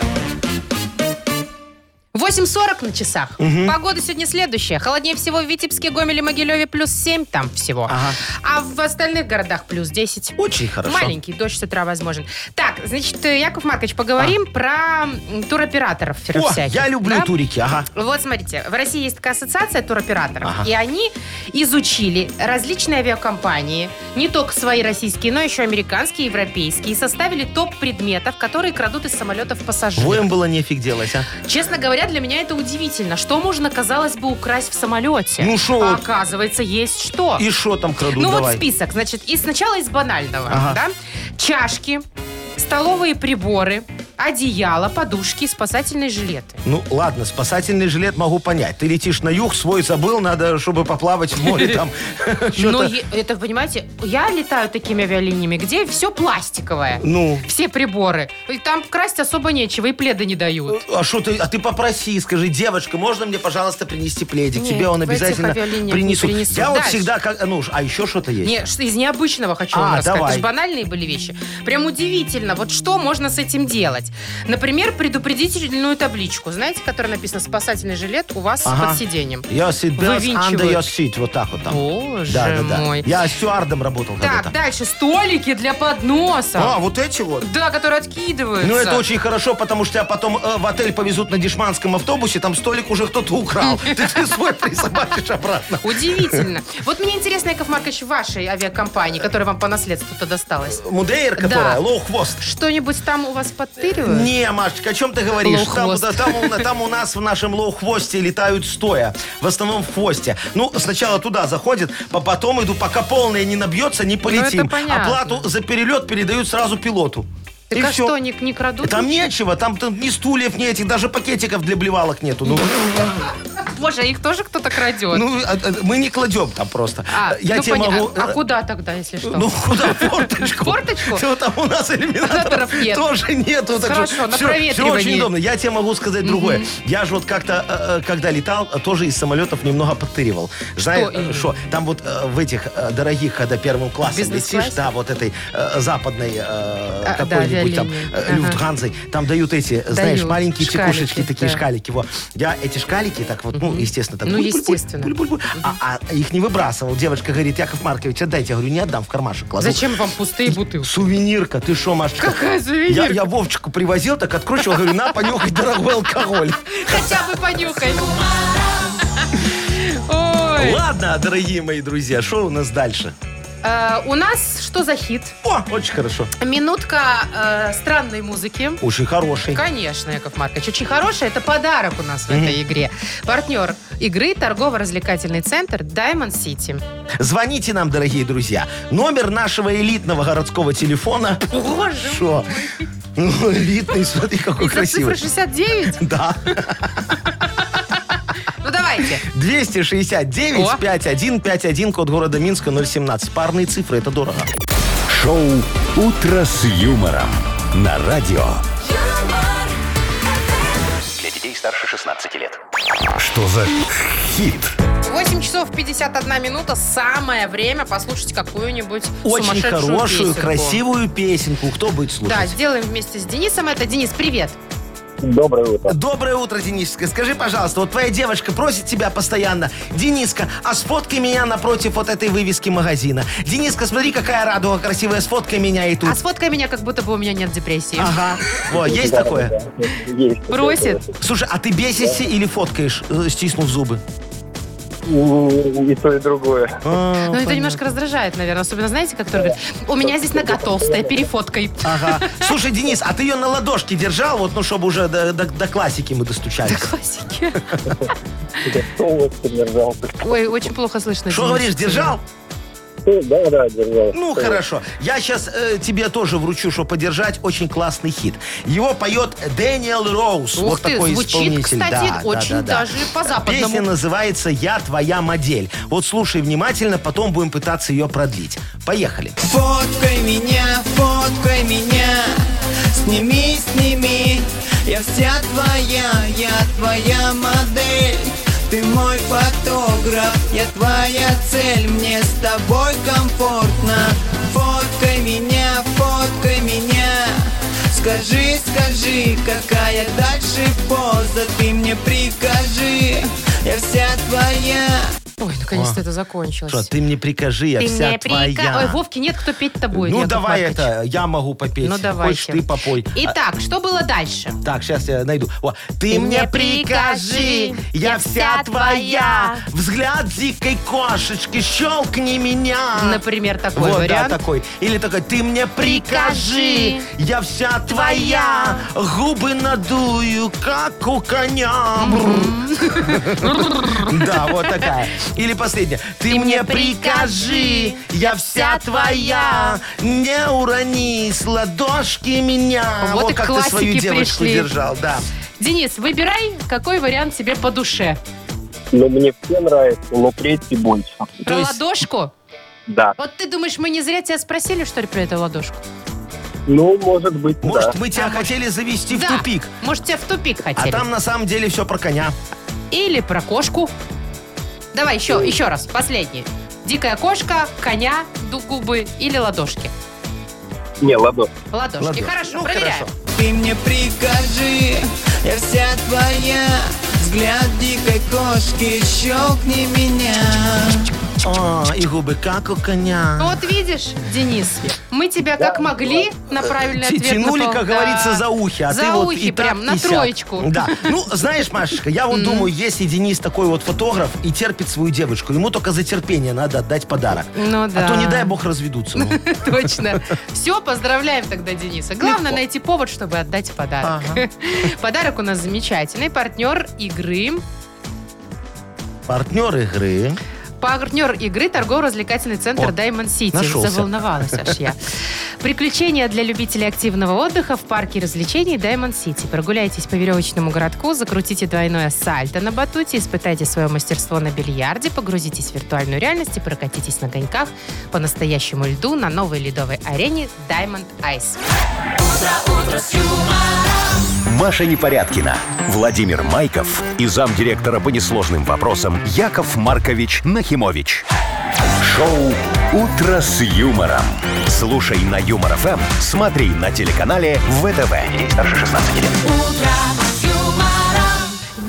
[SPEAKER 2] 8.40 на часах. Погода сегодня следующая. Холоднее всего в Витебске, Гомеле, Могилеве плюс 7 там всего.
[SPEAKER 3] Ага.
[SPEAKER 2] А в остальных городах плюс 10.
[SPEAKER 3] Очень хорошо.
[SPEAKER 2] Маленький дождь с утра возможен. Так, значит, э, Яков Маркович, поговорим про м, туроператоров
[SPEAKER 3] А. О,
[SPEAKER 2] всяких,
[SPEAKER 3] я люблю
[SPEAKER 2] да?
[SPEAKER 3] турики, ага.
[SPEAKER 2] Вот смотрите, в России есть такая ассоциация туроператоров, и они изучили различные авиакомпании, не только свои российские, но еще американские, европейские, и составили топ предметов, которые крадут из самолетов пассажиров.
[SPEAKER 3] Воем было нефиг делать, а?
[SPEAKER 2] Честно говоря, для меня это удивительно. Что можно, казалось бы, украсть в самолете?
[SPEAKER 3] Ну шо
[SPEAKER 2] А
[SPEAKER 3] вот?
[SPEAKER 2] оказывается, есть что.
[SPEAKER 3] И что там крадут?
[SPEAKER 2] ну вот
[SPEAKER 3] Давай.
[SPEAKER 2] список. Значит, и сначала из банального.
[SPEAKER 3] Ага.
[SPEAKER 2] Да? Чашки, столовые приборы, одеяло, подушки, спасательные жилеты.
[SPEAKER 3] Ну ладно, спасательный жилет могу понять. Ты летишь на юг, свой забыл, надо, чтобы поплавать в море
[SPEAKER 2] *laughs*
[SPEAKER 3] там. *laughs*
[SPEAKER 2] Но
[SPEAKER 3] Что-то-
[SPEAKER 2] е- это, понимаете, я летаю такими авиалиниями, где все пластиковое.
[SPEAKER 3] Ну,
[SPEAKER 2] Все приборы. И там красть особо нечего, и пледа не дают.
[SPEAKER 3] а что ты, а ты попроси, скажи, девочка, можно мне, пожалуйста, принести пледик?
[SPEAKER 2] Нет,
[SPEAKER 3] Тебе он
[SPEAKER 2] в этих
[SPEAKER 3] обязательно
[SPEAKER 2] авиалиниях не
[SPEAKER 3] принесут.
[SPEAKER 2] принесут.
[SPEAKER 3] Я вот
[SPEAKER 2] Дальше.
[SPEAKER 3] всегда, как, ну, а еще что-то есть?
[SPEAKER 2] Не, что из необычного хочу
[SPEAKER 3] А,
[SPEAKER 2] вам рассказать.
[SPEAKER 3] давай.
[SPEAKER 2] Это же банальные были вещи. Прям удивительно, вот что можно с этим делать. Например, предупредительную табличку, знаете, которая написана «Спасательный жилет у вас
[SPEAKER 3] Ага.
[SPEAKER 2] под сиденьем».
[SPEAKER 3] Я sit bells
[SPEAKER 2] Вывинчивают.
[SPEAKER 3] under your seat, вот так вот там.
[SPEAKER 2] Боже
[SPEAKER 3] да, да, да.
[SPEAKER 2] мой.
[SPEAKER 3] Я стюардом работал
[SPEAKER 2] Так,
[SPEAKER 3] когда-то.
[SPEAKER 2] дальше. Столики для подноса.
[SPEAKER 3] А, вот эти вот?
[SPEAKER 2] Да, которые откидываются.
[SPEAKER 3] Ну, это очень хорошо, потому что тебя потом э, в отель повезут на дешманском автобусе, там столик уже
[SPEAKER 2] *laughs*
[SPEAKER 3] кто-то украл. Ты же свой присобачишь обратно.
[SPEAKER 2] Удивительно. Вот мне интересно, Яков Маркович, в вашей авиакомпании, которая вам по наследству-то досталась,
[SPEAKER 3] Мудейр, которая,
[SPEAKER 2] Да.
[SPEAKER 3] лоу-хвост.
[SPEAKER 2] что-нибудь там у вас подтыривают?
[SPEAKER 3] Не, Машечка, о чем ты говоришь? Там,
[SPEAKER 2] Лоу-хвост.
[SPEAKER 3] да, там у- там у нас в нашем лоу-хвосте летают стоя. В основном в хвосте. Ну, сначала туда заходит, по- потом иду, пока полная не набьется, не полетим.
[SPEAKER 2] Ну, понятно.
[SPEAKER 3] Оплату за перелет передают сразу пилоту.
[SPEAKER 2] Так
[SPEAKER 3] И
[SPEAKER 2] а
[SPEAKER 3] всё.
[SPEAKER 2] что, не, не крадут?
[SPEAKER 3] Там
[SPEAKER 2] ничего?
[SPEAKER 3] нечего, там, там ни стульев, ни этих, даже пакетиков для блевалок нету. Ну,
[SPEAKER 2] Боже, а их тоже кто-то крадет?
[SPEAKER 3] ну, а- а- мы не кладем там просто.
[SPEAKER 2] А,
[SPEAKER 3] Я
[SPEAKER 2] ну,
[SPEAKER 3] тебе
[SPEAKER 2] поня-
[SPEAKER 3] могу... э,
[SPEAKER 2] а, а куда тогда, если что?
[SPEAKER 3] Ну, куда? Форточку.
[SPEAKER 2] Форточку?
[SPEAKER 3] Все, там у нас
[SPEAKER 2] Иллюминаторов
[SPEAKER 3] иллюминаторов
[SPEAKER 2] нет.
[SPEAKER 3] тоже нету. так
[SPEAKER 2] Хорошо,
[SPEAKER 3] что
[SPEAKER 2] на
[SPEAKER 3] всё- всё
[SPEAKER 2] проветривание.
[SPEAKER 3] очень удобно. Я тебе могу сказать другое. Я же вот как-то, э, э, когда летал, э, тоже из самолетов немного подтыривал. Знаешь, э,
[SPEAKER 2] именно?
[SPEAKER 3] что? Там вот э, в этих э, дорогих, когда первым классом
[SPEAKER 2] Бизнес-классе?
[SPEAKER 3] летишь, да, вот этой э, западной э,
[SPEAKER 2] А, да,
[SPEAKER 3] какой-нибудь там
[SPEAKER 2] авиалинии.
[SPEAKER 3] э,
[SPEAKER 2] Ага.
[SPEAKER 3] люфтганзой, там дают эти, знаешь, маленькие
[SPEAKER 2] шкалики,
[SPEAKER 3] чекушечки, такие
[SPEAKER 2] да.
[SPEAKER 3] шкалики. Во. Я эти шкалики так вот, ну, естественно, так
[SPEAKER 2] Ну,
[SPEAKER 3] буль-буль-буль,
[SPEAKER 2] естественно.
[SPEAKER 3] буль-буль-буль. А, а их не выбрасывал. Девочка говорит, Яков Маркович, отдайте. Я говорю, не отдам, в кармашек кладу.
[SPEAKER 2] Зачем вам пустые бутылки?
[SPEAKER 3] *laughs* Сувенирка, ты шо, Машечка?
[SPEAKER 2] Какая
[SPEAKER 3] Я,
[SPEAKER 2] сувенирка?
[SPEAKER 3] я Вовчику привозил, так откручивал, говорю, на, понюхай дорогой алкоголь.
[SPEAKER 2] Хотя бы понюхай.
[SPEAKER 3] *laughs*
[SPEAKER 2] Ой.
[SPEAKER 3] Ладно, дорогие мои друзья, что у нас дальше?
[SPEAKER 2] Э, у нас что за хит?
[SPEAKER 3] О, очень хорошо.
[SPEAKER 2] Минутка э, странной музыки.
[SPEAKER 3] Очень хороший.
[SPEAKER 2] Конечно, Яков Маркович. Очень хорошая. Это подарок у нас в этой игре. Партнер игры торгово-развлекательный центр Diamond City.
[SPEAKER 3] Звоните нам, дорогие друзья. Номер нашего элитного городского телефона.
[SPEAKER 2] Боже
[SPEAKER 3] Шо? Ну, элитный, смотри, какой
[SPEAKER 2] Из-за цифры
[SPEAKER 3] красивый.
[SPEAKER 2] 69?
[SPEAKER 3] Да.
[SPEAKER 2] Ну давайте.
[SPEAKER 3] 269
[SPEAKER 2] О.
[SPEAKER 3] 5151 код города Минска 017. Парные цифры, это дорого.
[SPEAKER 1] Шоу «Утро с юмором» на радио.
[SPEAKER 7] юмор,
[SPEAKER 6] Для детей старше 16 лет.
[SPEAKER 1] Что за хит?
[SPEAKER 2] 8 часов 51 минута. Самое время послушать какую-нибудь
[SPEAKER 3] Очень
[SPEAKER 2] сумасшедшую
[SPEAKER 3] хорошую,
[SPEAKER 2] песенку.
[SPEAKER 3] красивую песенку. Кто будет
[SPEAKER 2] Да,
[SPEAKER 3] слушать?
[SPEAKER 2] сделаем вместе с Денисом это. Денис, привет.
[SPEAKER 4] Доброе утро.
[SPEAKER 3] Доброе утро, Дениска. Скажи, пожалуйста, вот твоя девочка просит тебя постоянно. Дениска, а сфоткай меня напротив вот этой вывески магазина. Дениска, смотри, какая радуга красивая, сфоткай меня и тут. А.
[SPEAKER 2] А сфоткай меня, как будто бы у меня нет депрессии.
[SPEAKER 3] Ага. Во, есть
[SPEAKER 4] Да,
[SPEAKER 3] такое?
[SPEAKER 4] да, Есть. такое.
[SPEAKER 2] Просит.
[SPEAKER 3] Слушай, а ты бесишься или фоткаешь, э, стиснув зубы?
[SPEAKER 5] И и то, и другое.
[SPEAKER 3] А,
[SPEAKER 2] Ну, это немножко раздражает, наверное. Особенно, знаете, как только говорит, у меня здесь нога толстая, перефоткай.
[SPEAKER 3] Ага. Слушай, Денис, а ты ее на ладошке держал, вот, ну, чтобы уже до, до- до классики мы достучались.
[SPEAKER 2] Классики.
[SPEAKER 4] Я стол вот подержал.
[SPEAKER 2] Ой, очень плохо слышно. Денис.
[SPEAKER 3] Что говоришь, держал?
[SPEAKER 4] Стол, Да, да, держал.
[SPEAKER 3] Ну,
[SPEAKER 2] Э.
[SPEAKER 3] хорошо. Я сейчас тебе тоже вручу, что подержать очень классный хит. Его поет Дэниел Роуз.
[SPEAKER 2] Ух
[SPEAKER 3] вот
[SPEAKER 2] ты,
[SPEAKER 3] такой
[SPEAKER 2] звучит,
[SPEAKER 3] исполнитель.
[SPEAKER 2] кстати,
[SPEAKER 3] Да, да,
[SPEAKER 2] очень
[SPEAKER 3] да, да.
[SPEAKER 2] даже по-западному.
[SPEAKER 3] Песня называется «Я твоя модель». Вот слушай внимательно, потом будем пытаться ее продлить. Поехали.
[SPEAKER 8] Фоткай меня, фоткай меня, сними, сними. Я вся твоя, я твоя модель. Ты мой фотограф, я твоя цель, мне с тобой комфортно. Фоткай меня, фоткай меня. Скажи, скажи, какая дальше поза, ты мне прикажи. Я вся твоя,
[SPEAKER 2] Ой, наконец-то это закончилось.
[SPEAKER 3] Что, ты мне прикажи, я
[SPEAKER 2] Ты
[SPEAKER 3] вся
[SPEAKER 2] мне
[SPEAKER 3] твоя.
[SPEAKER 2] прика- Ой, Вовки, нет, кто петь-то будет.
[SPEAKER 3] ну,
[SPEAKER 2] Яков
[SPEAKER 3] давай
[SPEAKER 2] Маркович.
[SPEAKER 3] это, я могу попеть.
[SPEAKER 2] Ну,
[SPEAKER 3] Хочешь,
[SPEAKER 2] давайте.
[SPEAKER 3] ты попой. А,
[SPEAKER 2] Итак, что было дальше?
[SPEAKER 3] Так, сейчас я найду. О, ты мне прикажи, я вся твоя. Взгляд дикой кошечки, щелкни меня.
[SPEAKER 2] Например, такой
[SPEAKER 3] вот,
[SPEAKER 2] вариант.
[SPEAKER 3] да, такой. Или такой, ты мне прикажи,
[SPEAKER 2] Прикажи,
[SPEAKER 3] я вся твоя, губы надую, как у коня. Да, вот такая. Или последняя. Ты мне прикажи, я вся твоя, не урони с ладошки меня.
[SPEAKER 2] Вот
[SPEAKER 3] Вот
[SPEAKER 2] и
[SPEAKER 3] как ты свою
[SPEAKER 2] классики
[SPEAKER 3] девочку
[SPEAKER 2] пришли.
[SPEAKER 3] держал, да.
[SPEAKER 2] Денис, выбирай, какой вариант тебе по душе.
[SPEAKER 4] Ну, мне все нравится, но третий больше.
[SPEAKER 2] Про
[SPEAKER 3] есть-
[SPEAKER 2] ладошку?
[SPEAKER 4] Да.
[SPEAKER 2] Вот ты думаешь, мы не зря тебя спросили, что ли, про эту ладошку?
[SPEAKER 4] Ну, может быть, да.
[SPEAKER 3] Может, мы тебя хотели завести в
[SPEAKER 2] Да.
[SPEAKER 3] тупик,
[SPEAKER 2] Может, тебя в тупик хотели?
[SPEAKER 3] а там на самом деле все про коня.
[SPEAKER 2] Или про кошку? Давай еще, еще раз, последний. Дикая кошка, коня, ду- губы или ладошки?
[SPEAKER 4] Не, ладно.
[SPEAKER 2] Ладошки.
[SPEAKER 3] Ладошки.
[SPEAKER 2] Хорошо,
[SPEAKER 3] Ну,
[SPEAKER 2] проверяем.
[SPEAKER 3] хорошо.
[SPEAKER 8] Ты мне прикажи, я вся твоя Взгляд дикой кошки, щелкни меня
[SPEAKER 3] О, А, и губы как у коня.
[SPEAKER 2] Ну, вот видишь, Денис, мы тебя как могли на правильный
[SPEAKER 3] Ти-
[SPEAKER 2] ответ
[SPEAKER 3] Тянули,
[SPEAKER 2] напол-
[SPEAKER 3] как
[SPEAKER 2] Да.
[SPEAKER 3] говорится, за ухи. А
[SPEAKER 2] За
[SPEAKER 3] ты вот
[SPEAKER 2] ухи
[SPEAKER 3] и так,
[SPEAKER 2] прям,
[SPEAKER 3] и
[SPEAKER 2] на
[SPEAKER 3] сяк.
[SPEAKER 2] троечку.
[SPEAKER 3] *laughs*
[SPEAKER 2] *laughs*
[SPEAKER 3] Да. Ну, знаешь, Машечка, я вот думаю, если Денис такой вот фотограф и терпит свою девочку, ему только за терпение надо отдать подарок.
[SPEAKER 2] Ну да.
[SPEAKER 3] А то, не дай бог,
[SPEAKER 2] *laughs*
[SPEAKER 3] разведутся. ну.
[SPEAKER 2] Точно. Все, поздравляем тогда Дениса. Главное найти повод, чтобы отдать
[SPEAKER 3] А.
[SPEAKER 2] подарок. Подарок у нас замечательный. Партнер игры.
[SPEAKER 3] Партнер игры.
[SPEAKER 2] Партнер игры торгово-развлекательный центр
[SPEAKER 3] О,
[SPEAKER 2] Diamond City.
[SPEAKER 3] нашелся.
[SPEAKER 2] Заволновалась аж
[SPEAKER 3] *laughs*
[SPEAKER 2] я. Приключения для любителей активного отдыха в парке развлечений Diamond City. Прогуляйтесь по веревочному городку, закрутите двойное сальто на батуте, испытайте свое мастерство на бильярде, погрузитесь в виртуальную реальность и прокатитесь на коньках по настоящему льду на новой ледовой арене Diamond Ice.
[SPEAKER 1] Маша Непорядкина, Владимир Майков и замдиректора по несложным вопросам Яков Маркович Нахимович. Шоу «Утро с юмором». Слушай на Юмор ФМ, смотри на телеканале ВТВ. Здесь старше 16 лет.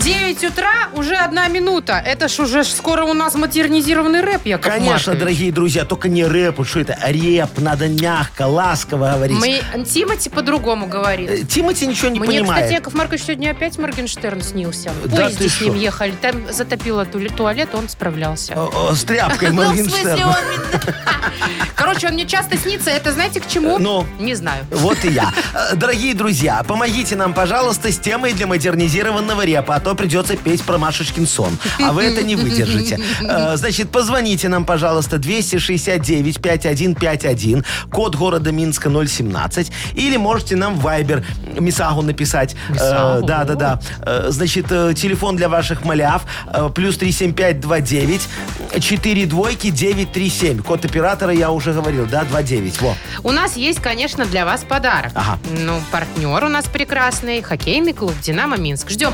[SPEAKER 2] 9 утра, уже одна минута. Это ж уже ж скоро у нас модернизированный рэп, Яков
[SPEAKER 3] Конечно,
[SPEAKER 2] Маркович.
[SPEAKER 3] дорогие друзья, только не рэп, вот что это, а реп, надо мягко, ласково говорить.
[SPEAKER 2] Мы Тимати по-другому говорит.
[SPEAKER 3] Э, Тимати ничего не
[SPEAKER 2] Мне,
[SPEAKER 3] понимает.
[SPEAKER 2] кстати, Яков Маркович сегодня опять Моргенштерн снился. В
[SPEAKER 3] Да
[SPEAKER 2] поезде
[SPEAKER 3] ты
[SPEAKER 2] с ним
[SPEAKER 3] шо?
[SPEAKER 2] ехали. Там затопило туалет, он справлялся.
[SPEAKER 3] О, о, Э, С
[SPEAKER 2] *laughs*
[SPEAKER 3] тряпкой
[SPEAKER 2] Ну, в смысле,
[SPEAKER 3] Моргенштерна.
[SPEAKER 2] он... *laughs* Короче, он мне часто снится. Это знаете к чему?
[SPEAKER 3] Ну?
[SPEAKER 2] Не знаю.
[SPEAKER 3] Вот и я. Э, Дорогие друзья, помогите нам, пожалуйста, с темой для модернизированного репа, а то придется петь про Машечкин сон. А вы это не выдержите. Э, Значит, позвоните нам, пожалуйста, 269-5151, код города Минска 017, или можете нам в Вайбер Мисагу написать. Э,
[SPEAKER 2] Мисагу?
[SPEAKER 3] Да, да, да. Э, Значит, э, телефон для ваших маляв э, плюс 37529 4 двойки 937. Код оператора я уже говорил, да, 29. Во.
[SPEAKER 2] У нас есть, конечно, для вас подарок.
[SPEAKER 3] Ага.
[SPEAKER 2] Ну, партнер у нас прекрасный. Хоккейный клуб «Динамо Минск». Ждем.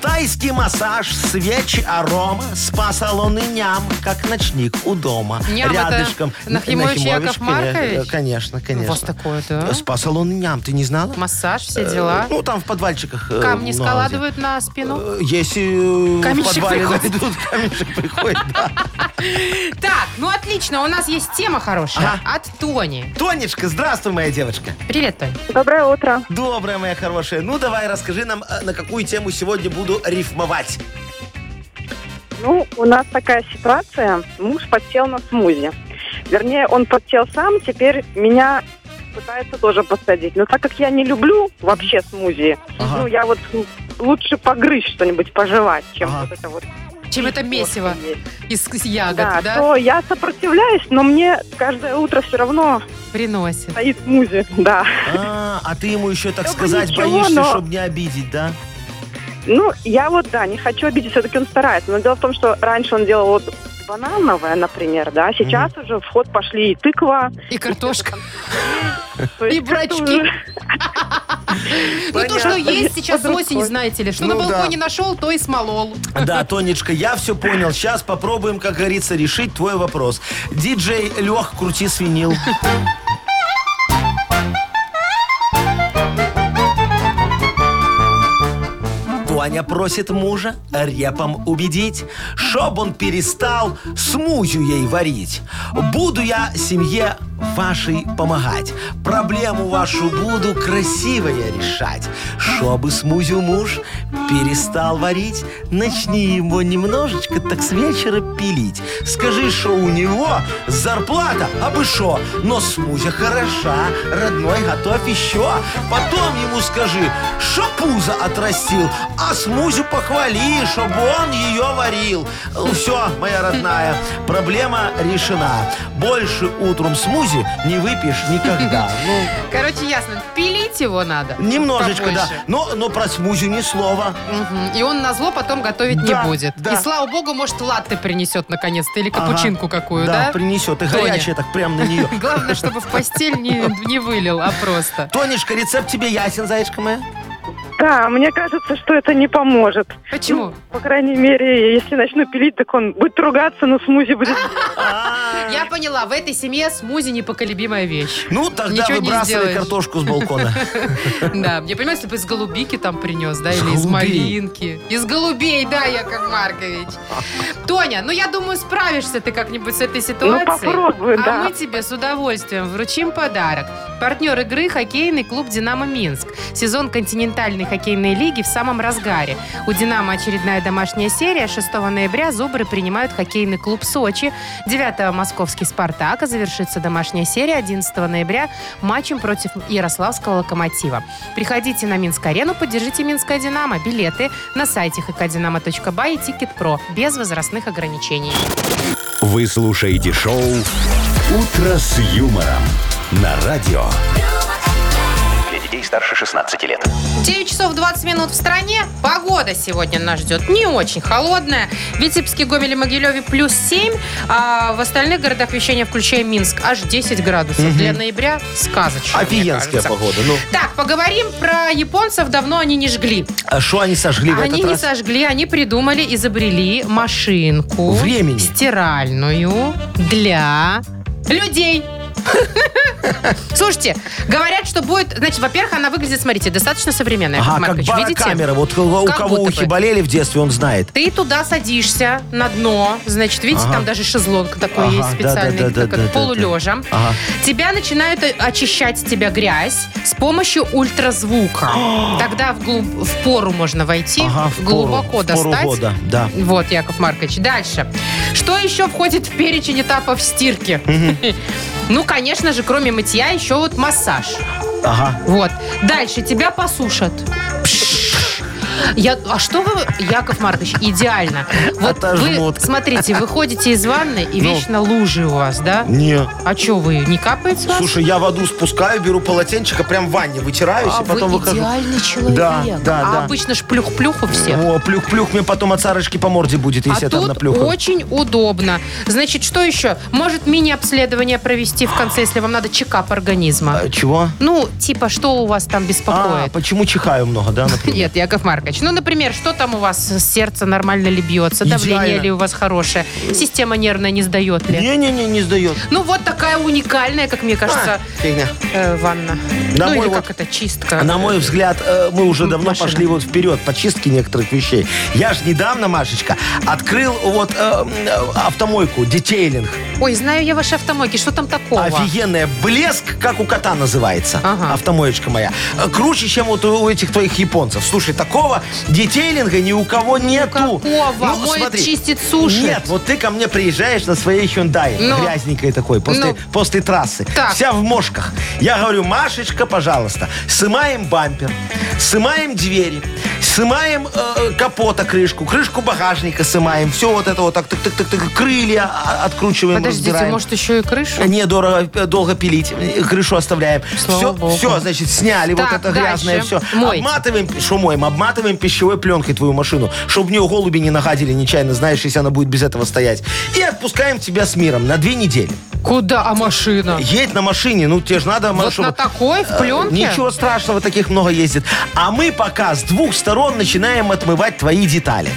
[SPEAKER 3] Тайский массаж, свечи, арома, спа-салон и ням, как ночник у дома.
[SPEAKER 2] Ням это
[SPEAKER 3] Рядышком.
[SPEAKER 2] Нахимович
[SPEAKER 3] Нахимович,
[SPEAKER 2] Яков Маркович?
[SPEAKER 3] э, Конечно, конечно.
[SPEAKER 2] вас такое, да?
[SPEAKER 3] Спа-салон и ням, ты не знала?
[SPEAKER 2] Массаж, все дела.
[SPEAKER 3] Э, Ну, там в подвальчиках. э,
[SPEAKER 2] Камни
[SPEAKER 3] много
[SPEAKER 2] складывают на
[SPEAKER 3] где.
[SPEAKER 2] спину.
[SPEAKER 3] Э, Если э, в
[SPEAKER 2] Каменщик
[SPEAKER 3] подвале
[SPEAKER 2] приходит.
[SPEAKER 3] найдут, камешек приходит, да.
[SPEAKER 2] Так, ну отлично, у нас есть тема хорошая.
[SPEAKER 3] Ага.
[SPEAKER 2] От Тони.
[SPEAKER 3] Тонечка, здравствуй, моя девочка.
[SPEAKER 2] Привет, Тонь.
[SPEAKER 7] Доброе утро.
[SPEAKER 3] Добрая моя хорошая. Ну, давай, расскажи нам, э, на какую тему сегодня буду рифмовать.
[SPEAKER 7] Ну, у нас такая ситуация. Муж подсел на смузи. Вернее, он подсел сам, теперь меня пытается тоже подсадить. Но так как я не люблю вообще смузи,
[SPEAKER 3] Ага.
[SPEAKER 7] ну, я вот лучше погрызть что-нибудь, пожевать, чем
[SPEAKER 3] Ага.
[SPEAKER 7] вот это вот.
[SPEAKER 2] Чем это месиво из из ягод,
[SPEAKER 7] да,
[SPEAKER 2] да?
[SPEAKER 7] то я сопротивляюсь, но мне каждое утро все равно
[SPEAKER 2] Приносит.
[SPEAKER 7] стоит смузи, *laughs* да.
[SPEAKER 3] А, а ты ему еще, так
[SPEAKER 7] Я бы
[SPEAKER 3] сказать,
[SPEAKER 7] ничего,
[SPEAKER 3] боишься,
[SPEAKER 7] но-
[SPEAKER 3] чтобы не обидеть, да?
[SPEAKER 7] Ну, я вот, да, не хочу обидеть, все-таки он старается. Но дело в том, что раньше он делал вот банановое, например, да, а сейчас уже в ход пошли и тыква.
[SPEAKER 2] И
[SPEAKER 3] *laughs*
[SPEAKER 2] картошка.
[SPEAKER 7] то
[SPEAKER 2] И
[SPEAKER 7] есть как-то
[SPEAKER 2] *laughs* брачки.
[SPEAKER 7] уже-
[SPEAKER 2] Ну то, что
[SPEAKER 3] Понятно.
[SPEAKER 2] есть сейчас
[SPEAKER 7] Под
[SPEAKER 2] осень,
[SPEAKER 7] рукой.
[SPEAKER 2] знаете ли. Что на
[SPEAKER 3] Ну да.
[SPEAKER 2] балконе нашел, то и смолол.
[SPEAKER 3] Да, Тонечка, я все понял. Сейчас попробуем, как говорится, решить твой вопрос. Диджей Лех, крути свинил. Тоня просит мужа репом убедить, чтоб он перестал смузю ей варить. Буду я семье вашей помогать. Проблему вашу буду красиво я решать. Чтобы смузю муж перестал варить, начни его немножечко так с вечера пилить. Скажи, что у него зарплата, а бы шо, но смузя хороша, родной готовь еще. Потом ему скажи, что пузо отрастил, а смузю похвали, чтобы он ее варил. Все, моя родная, проблема решена. Больше утром смузи не выпьешь
[SPEAKER 2] *laughs*
[SPEAKER 3] никогда. Ну,
[SPEAKER 2] Короче, ясно. Пилить его надо.
[SPEAKER 3] немножечко, да.
[SPEAKER 2] Побольше.
[SPEAKER 3] Но, но про смузю ни слова.
[SPEAKER 2] Мгм. И он на зло потом готовить
[SPEAKER 3] Да,
[SPEAKER 2] не будет.
[SPEAKER 3] да.
[SPEAKER 2] И слава богу, может, латте принесет наконец-то или
[SPEAKER 3] Ага.
[SPEAKER 2] капучинку какую, да?
[SPEAKER 3] принесет. И
[SPEAKER 2] Тоня.
[SPEAKER 3] горячее так прям на нее.
[SPEAKER 2] *laughs* Главное, чтобы в постель не, не вылил, а просто.
[SPEAKER 3] Тонечка, рецепт тебе ясен, зайчка моя?
[SPEAKER 7] Да, мне кажется, что это не поможет.
[SPEAKER 2] Почему?
[SPEAKER 7] Ну, по крайней мере, если начну пилить, так он будет ругаться, но смузи *laughs* будет.
[SPEAKER 3] А,
[SPEAKER 2] Я поняла, в этой семье смузи непоколебимая вещь.
[SPEAKER 3] Ну, тогда
[SPEAKER 2] Ничего не
[SPEAKER 3] выбрасывай
[SPEAKER 2] сделаешь.
[SPEAKER 3] картошку
[SPEAKER 2] *laughs*
[SPEAKER 3] с балкона.
[SPEAKER 2] Да, я понимаю, если бы из голубики там принес, да,
[SPEAKER 3] Из
[SPEAKER 2] или из
[SPEAKER 3] голубей.
[SPEAKER 2] малинки. Из голубей, да, Яков Маркович. Тоня, ну я думаю, справишься ты как-нибудь с этой ситуацией.
[SPEAKER 7] Ну, попробую,
[SPEAKER 2] а
[SPEAKER 7] да.
[SPEAKER 2] мы тебе с удовольствием вручим подарок. Партнер игры – хоккейный клуб «Динамо Минск». Сезон континентальной хоккейной лиги в самом разгаре. У «Динамо» очередная домашняя серия. 6 ноября «Зубры» принимают хоккейный клуб «Сочи». 9 московский «Спартак», а завершится домашняя серия 11 ноября матчем против Ярославского «Локомотива». Приходите на Минск-арену, поддержите «Минское Динамо». Билеты на сайте hkdinamo.by и «Тикет.Про» без возрастных ограничений.
[SPEAKER 1] Вы слушаете шоу «Утро с юмором» на радио.
[SPEAKER 6] Для детей старше 16 лет.
[SPEAKER 2] 9 часов 20 минут в стране. Погода сегодня нас ждет не очень холодная. В Витебске, Гомеле, Могилеве плюс 7, а в остальных городах вещания, включая Минск, аж 10 градусов. Для ноября сказочно, мне
[SPEAKER 3] Офигенская
[SPEAKER 2] кажется.
[SPEAKER 3] погода. Ну,
[SPEAKER 2] Так, поговорим про японцев. Давно они не жгли.
[SPEAKER 3] а что они сожгли в
[SPEAKER 2] Они
[SPEAKER 3] этот
[SPEAKER 2] не
[SPEAKER 3] раз?
[SPEAKER 2] сожгли, они придумали, изобрели машинку.
[SPEAKER 3] Времени.
[SPEAKER 2] Стиральную для людей. *laughs* Слушайте, говорят, что будет... Значит, во-первых, она выглядит, смотрите, достаточно современная. Яков
[SPEAKER 3] Ага, как
[SPEAKER 2] Маркович, видите?
[SPEAKER 3] барокамера. Вот у
[SPEAKER 2] Как
[SPEAKER 3] кого
[SPEAKER 2] будто
[SPEAKER 3] ухи
[SPEAKER 2] бы.
[SPEAKER 3] болели в детстве, он знает.
[SPEAKER 2] Ты туда садишься на дно, значит, видите, там даже шезлонг такой
[SPEAKER 3] Ага,
[SPEAKER 2] есть специальный,
[SPEAKER 3] да-да-да-да-да-да.
[SPEAKER 2] такой полулежа.
[SPEAKER 3] Ага.
[SPEAKER 2] Тебя начинают э, очищать с тебя грязь с помощью
[SPEAKER 3] *gasps*
[SPEAKER 2] ультразвука. Тогда в, глуб- в пору можно войти,
[SPEAKER 3] Ага, в пору,
[SPEAKER 2] глубоко
[SPEAKER 3] в пору
[SPEAKER 2] достать.
[SPEAKER 3] года, да.
[SPEAKER 2] Вот, Яков Маркович. Дальше. Что еще входит в перечень этапов стирки? *laughs* Ну, конечно же, кроме мытья, еще вот массаж.
[SPEAKER 3] Ага.
[SPEAKER 2] Вот. Дальше тебя посушат. Я, а что вы, Яков Маркович, идеально. Вот вы,
[SPEAKER 3] Отожмут.
[SPEAKER 2] смотрите, выходите из ванны, и
[SPEAKER 3] Ну.
[SPEAKER 2] вечно лужи у вас, да?
[SPEAKER 3] Не.
[SPEAKER 2] А что вы, не капает с вас?
[SPEAKER 9] Слушай, я воду спускаю, беру полотенчика, прям в ванне вытираюсь
[SPEAKER 2] а
[SPEAKER 9] и потом
[SPEAKER 2] вы
[SPEAKER 9] выхожу.
[SPEAKER 2] идеальный человек.
[SPEAKER 3] Да, да,
[SPEAKER 2] а
[SPEAKER 3] да.
[SPEAKER 2] обычно ж плюх-плюх у всех.
[SPEAKER 3] О, плюх-плюх, мне потом от Сарочки по морде будет, если
[SPEAKER 2] а
[SPEAKER 3] я там
[SPEAKER 2] тут
[SPEAKER 3] наплюхаю.
[SPEAKER 2] очень удобно. Значит, что еще? Может мини-обследование провести в конце, если вам надо чекап организма.
[SPEAKER 3] А, Чего?
[SPEAKER 2] Ну, типа, что у вас там беспокоит?
[SPEAKER 3] А, почему чихаю много, да, например?
[SPEAKER 2] Нет, Яков Маркович. Ну, например, что там у вас? Сердце нормально ли бьется?
[SPEAKER 3] Идеально.
[SPEAKER 2] Давление ли у вас хорошее? Система нервная не сдает ли?
[SPEAKER 3] Не-не-не, не сдает. А,
[SPEAKER 2] Ну, вот такая уникальная, как мне кажется,
[SPEAKER 9] Фигня.
[SPEAKER 2] э, ванна.
[SPEAKER 3] На
[SPEAKER 2] ну,
[SPEAKER 3] мой
[SPEAKER 2] или
[SPEAKER 3] вот-
[SPEAKER 2] как это, чистка.
[SPEAKER 3] На мой взгляд, э, мы уже давно
[SPEAKER 2] Машина.
[SPEAKER 3] пошли вот вперед по чистке некоторых вещей. Я же недавно, Машечка, открыл вот э, м, э, автомойку, детейлинг.
[SPEAKER 2] Ой, знаю я ваши автомойки. Что там такого?
[SPEAKER 3] Офигенная. Блеск, как у кота называется.
[SPEAKER 2] Ага.
[SPEAKER 3] Автомоечка моя. Э, Круче, чем вот у у этих твоих японцев. Слушай, такого детейлинга ни у кого нету. Ну,
[SPEAKER 2] какого? Моет, чистит, сушит.
[SPEAKER 3] Нет, вот ты ко мне приезжаешь на своей Hyundai.
[SPEAKER 2] Ну.
[SPEAKER 3] Грязненькой такой, после,
[SPEAKER 2] Ну.
[SPEAKER 3] после трассы.
[SPEAKER 2] Так.
[SPEAKER 3] Вся в мошках. Я говорю, Машечка, пожалуйста, сымаем бампер, сымаем двери, сымаем э, капота крышку, крышку багажника сымаем. Все вот это вот так, так, так, так, так, крылья а, откручиваем,
[SPEAKER 2] Подождите,
[SPEAKER 3] разбираем.
[SPEAKER 2] может, еще и крышу?
[SPEAKER 3] Не дорого, э, долго пилить. Э, Крышу оставляем.
[SPEAKER 2] Слава
[SPEAKER 3] все,
[SPEAKER 2] богу.
[SPEAKER 3] все, значит, сняли
[SPEAKER 2] Так,
[SPEAKER 3] вот это грязное
[SPEAKER 2] дальше.
[SPEAKER 3] все.
[SPEAKER 2] Мойте.
[SPEAKER 3] Обматываем, что моем, обматываем пищевой пленкой твою машину, чтобы в нее голуби не нагадили нечаянно, знаешь, если она будет без этого стоять. И отпускаем тебя с миром на две недели.
[SPEAKER 2] Куда? А машина?
[SPEAKER 3] Едь на машине, ну тебе же надо,
[SPEAKER 2] вот
[SPEAKER 3] чтобы-
[SPEAKER 2] на такой, в пленке?
[SPEAKER 3] Э, Ничего страшного, таких много ездит. А мы пока с двух сторон начинаем отмывать твои детали.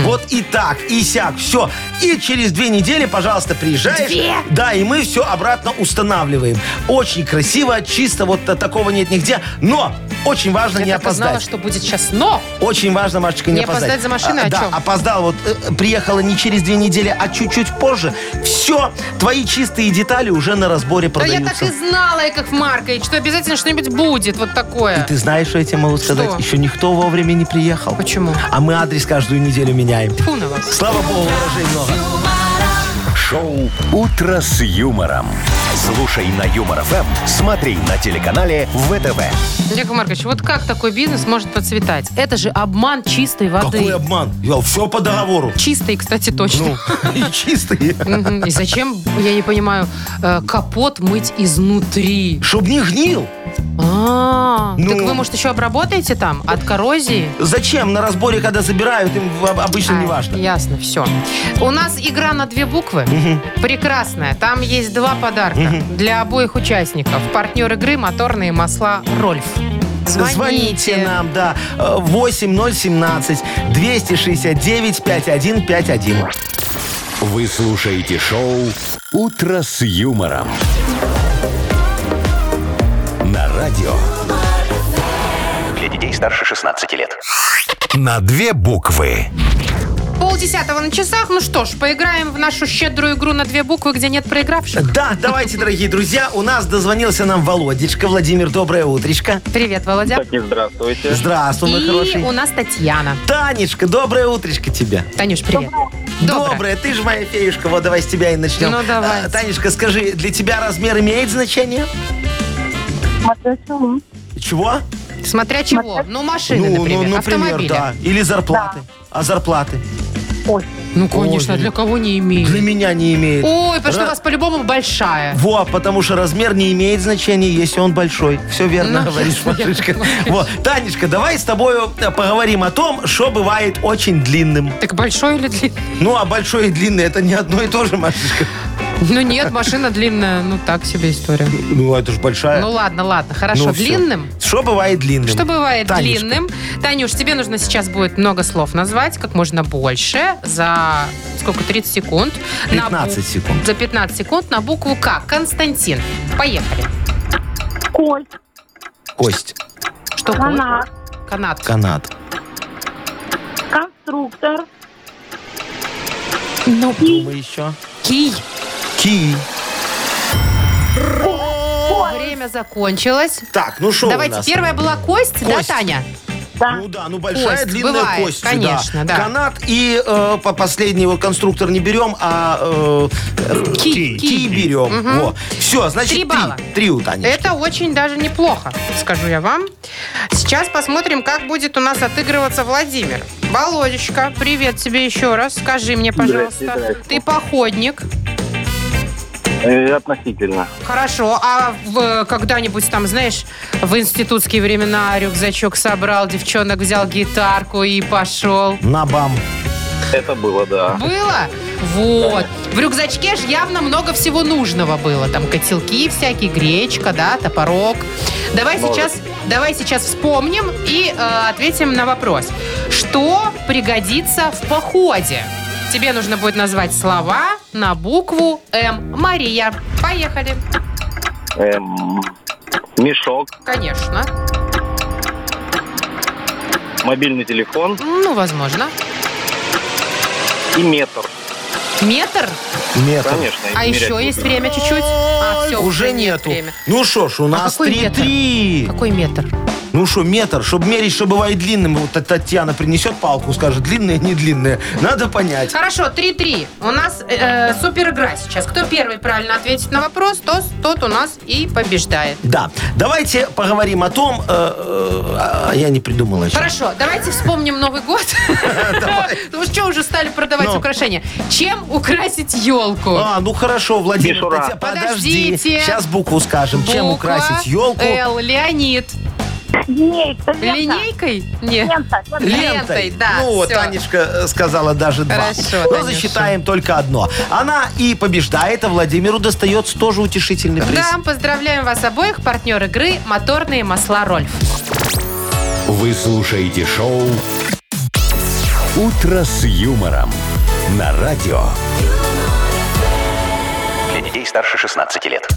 [SPEAKER 3] Вот и так, и сяк, все. И через две недели, пожалуйста, приезжаешь.
[SPEAKER 2] Две?
[SPEAKER 3] Да, и мы все обратно устанавливаем. Очень красиво, чисто, вот та- такого нет нигде. Но очень важно Ну, не
[SPEAKER 2] Я так и знала,
[SPEAKER 3] опоздать.
[SPEAKER 2] что будет сейчас. Но!
[SPEAKER 3] Очень важно, Машечка, не,
[SPEAKER 2] Не опоздать за машиной,
[SPEAKER 3] А,
[SPEAKER 2] о
[SPEAKER 3] да,
[SPEAKER 2] чем?
[SPEAKER 3] опоздал, вот э, приехала не через две недели, а чуть-чуть позже. Все, твои чистые детали уже на разборе
[SPEAKER 2] Да я
[SPEAKER 3] продаются.
[SPEAKER 2] так и знала, Яков Маркович, что обязательно что-нибудь будет вот такое.
[SPEAKER 3] И ты знаешь, что я тебе могу сказать?
[SPEAKER 2] Что?
[SPEAKER 3] Еще никто вовремя не приехал.
[SPEAKER 2] Почему?
[SPEAKER 3] А мы адрес каждую неделю меняем.
[SPEAKER 2] Фу на вас.
[SPEAKER 3] Слава богу, урожей много.
[SPEAKER 1] Шоу «Утро с юмором». Слушай на Юмор ФМ, смотри на телеканале ВТВ.
[SPEAKER 2] Яков Маркович, вот как такой бизнес может процветать? Это же обман чистой воды.
[SPEAKER 3] Какой обман? Я все по договору. *laughs*
[SPEAKER 2] Чистой, кстати, точно.
[SPEAKER 3] И чистые.
[SPEAKER 2] Мгм. И зачем, я не понимаю, э, капот мыть изнутри?
[SPEAKER 3] Чтоб не гнил.
[SPEAKER 2] А,
[SPEAKER 3] Ну.
[SPEAKER 2] так вы, может, еще обработаете там от коррозии?
[SPEAKER 3] Зачем? На разборе, когда забирают, им об- обычно не
[SPEAKER 2] А,
[SPEAKER 3] важно.
[SPEAKER 2] Ясно, все. У нас игра на две буквы. Прекрасная. Там есть два подарка для обоих участников. Партнер игры «Моторные масла Рольф». Звоните.
[SPEAKER 3] нам, да. Э, 8017 269 5151.
[SPEAKER 1] Вы слушаете шоу «Утро с юмором». На радио
[SPEAKER 6] Для детей старше 16 лет.
[SPEAKER 1] на две буквы.
[SPEAKER 2] Полдесятого на часах. Ну что ж, поиграем в нашу щедрую игру на две буквы, где нет проигравших.
[SPEAKER 3] Да, давайте, дорогие друзья, у нас дозвонился нам Володечка. Владимир, доброе утречко.
[SPEAKER 2] Привет, Володя.
[SPEAKER 5] Так не здравствуйте.
[SPEAKER 3] Здравствуй, мой
[SPEAKER 2] И
[SPEAKER 3] хороший.
[SPEAKER 2] у нас Татьяна.
[SPEAKER 3] Танечка, доброе утречко тебе.
[SPEAKER 2] Танюш, привет.
[SPEAKER 3] Доброе. ты же моя феюшка. Вот давай с тебя и начнем.
[SPEAKER 2] Ну, давай.
[SPEAKER 3] А, Танечка, скажи, для тебя размер имеет значение?
[SPEAKER 7] Смотря чему.
[SPEAKER 3] Чего?
[SPEAKER 2] Смотря чего. Ну, машины, например, автомобили.
[SPEAKER 3] да. Или зарплаты. А зарплаты?
[SPEAKER 2] Ну, конечно,
[SPEAKER 3] Ой.
[SPEAKER 2] для кого не имеет.
[SPEAKER 3] Для меня не имеет.
[SPEAKER 2] Ой, потому что у
[SPEAKER 3] Ра-
[SPEAKER 2] вас по-любому большая.
[SPEAKER 3] Во, потому что размер не имеет значения, если он большой. Все верно
[SPEAKER 2] Ну,
[SPEAKER 3] говоришь,
[SPEAKER 2] ясно,
[SPEAKER 3] Машечка. Вот. Танечка, давай с тобой э, поговорим о том, что бывает очень длинным.
[SPEAKER 2] Так большой или длинный?
[SPEAKER 3] Ну, а большой и длинный это не одно и то же, Машечка.
[SPEAKER 2] Ну нет, машина длинная. Ну так себе история.
[SPEAKER 3] Ну, это же большая.
[SPEAKER 2] Ну ладно, ладно. Хорошо,
[SPEAKER 3] Ну, всё.
[SPEAKER 2] длинным?
[SPEAKER 3] Что бывает длинным?
[SPEAKER 2] Что бывает
[SPEAKER 3] Танечка.
[SPEAKER 2] длинным? Танюш, тебе нужно сейчас будет много слов назвать, как можно больше, за сколько, 30 секунд. На бу-
[SPEAKER 3] 15 секунд.
[SPEAKER 2] За 15 секунд на букву К. Константин. Поехали.
[SPEAKER 7] Коль,
[SPEAKER 3] Кость,
[SPEAKER 2] Что такое?
[SPEAKER 7] канат,
[SPEAKER 2] Канат.
[SPEAKER 3] канат.
[SPEAKER 7] конструктор,
[SPEAKER 2] Ну,
[SPEAKER 3] Думай еще.
[SPEAKER 2] кий.
[SPEAKER 3] Ки.
[SPEAKER 2] Время закончилось.
[SPEAKER 9] Так, ну что у
[SPEAKER 2] Давайте,
[SPEAKER 9] нас?
[SPEAKER 2] первая была кость, да,
[SPEAKER 9] Кость.
[SPEAKER 2] Таня?
[SPEAKER 9] Ну да, ну большая
[SPEAKER 2] Кость,
[SPEAKER 9] длинная
[SPEAKER 2] бывает,
[SPEAKER 9] кость.
[SPEAKER 2] конечно, да.
[SPEAKER 9] Канат и э, по последнего конструктор не берем, а э,
[SPEAKER 2] Ки.
[SPEAKER 9] ки берем. Все, значит,
[SPEAKER 2] Три
[SPEAKER 9] три.
[SPEAKER 2] балла. Э.
[SPEAKER 9] Три у Танечки.
[SPEAKER 2] Это очень даже неплохо, скажу я вам. Сейчас посмотрим, как будет у нас отыгрываться Владимир. Володечка, привет тебе еще раз. Скажи мне, пожалуйста,
[SPEAKER 5] Здрасте, здрасте.
[SPEAKER 2] ты походник.
[SPEAKER 5] Э, Относительно.
[SPEAKER 2] Хорошо, а в- когда-нибудь там, знаешь, в институтские времена рюкзачок собрал, девчонок взял гитарку и пошел.
[SPEAKER 3] На бам.
[SPEAKER 5] Это было, да.
[SPEAKER 2] Было? Вот. В рюкзачке же явно много всего нужного было. Там котелки всякие, гречка, да, топорок. Давай сейчас, давай сейчас вспомним и э, ответим на вопрос. Что пригодится в походе? Тебе нужно будет назвать слова на букву М. Мария. Поехали.
[SPEAKER 5] Эм, мешок,
[SPEAKER 2] Конечно.
[SPEAKER 5] мобильный телефон
[SPEAKER 2] Ну, возможно.
[SPEAKER 5] и метр.
[SPEAKER 2] Метр?
[SPEAKER 3] Метр.
[SPEAKER 5] Конечно.
[SPEAKER 2] А
[SPEAKER 5] измерять
[SPEAKER 2] еще есть
[SPEAKER 5] буду.
[SPEAKER 2] время чуть-чуть? А, все,
[SPEAKER 3] уже
[SPEAKER 2] нет
[SPEAKER 3] нету.
[SPEAKER 2] время. А
[SPEAKER 3] Ну что ж, у нас
[SPEAKER 2] какой метр?
[SPEAKER 3] 3-3.
[SPEAKER 2] Какой метр?
[SPEAKER 3] Ну что, метр, чтобы мерить, что бывает длинным. Вот та- Татьяна принесет палку, скажет, длинная, не длинная. Надо понять.
[SPEAKER 2] Хорошо, 3-3. У нас э, э, супер игра сейчас. Кто первый правильно ответит на вопрос, тот, тот у нас и побеждает.
[SPEAKER 3] Да, давайте поговорим о том, э, э, а, я не придумала еще.
[SPEAKER 2] Хорошо, давайте вспомним Новый
[SPEAKER 3] *laughs*
[SPEAKER 2] год. *laughs* Ну что, уже стали продавать
[SPEAKER 3] Ну.
[SPEAKER 2] украшения? Чем украсить елку?
[SPEAKER 3] А, ну хорошо, Владимир,
[SPEAKER 5] Мишура.
[SPEAKER 3] Татья- подожди.
[SPEAKER 2] Подождите.
[SPEAKER 3] Сейчас букву скажем. Чем
[SPEAKER 2] Буква э,
[SPEAKER 3] украсить елку?
[SPEAKER 2] Л. Леонид.
[SPEAKER 7] линейка,
[SPEAKER 2] Линейкой? Нет. Лентой, да.
[SPEAKER 3] Ну, вот
[SPEAKER 2] всё.
[SPEAKER 3] Танечка э, сказала даже два.
[SPEAKER 2] Хорошо,
[SPEAKER 3] Но
[SPEAKER 2] Танюша.
[SPEAKER 3] засчитаем только одно. Она и побеждает, а Владимиру достается тоже утешительный приз.
[SPEAKER 2] Да, поздравляем вас обоих. Партнер игры «Моторные масла Рольф».
[SPEAKER 1] Вы слушаете шоу «Утро с юмором» на радио.
[SPEAKER 6] Для детей старше 16 лет.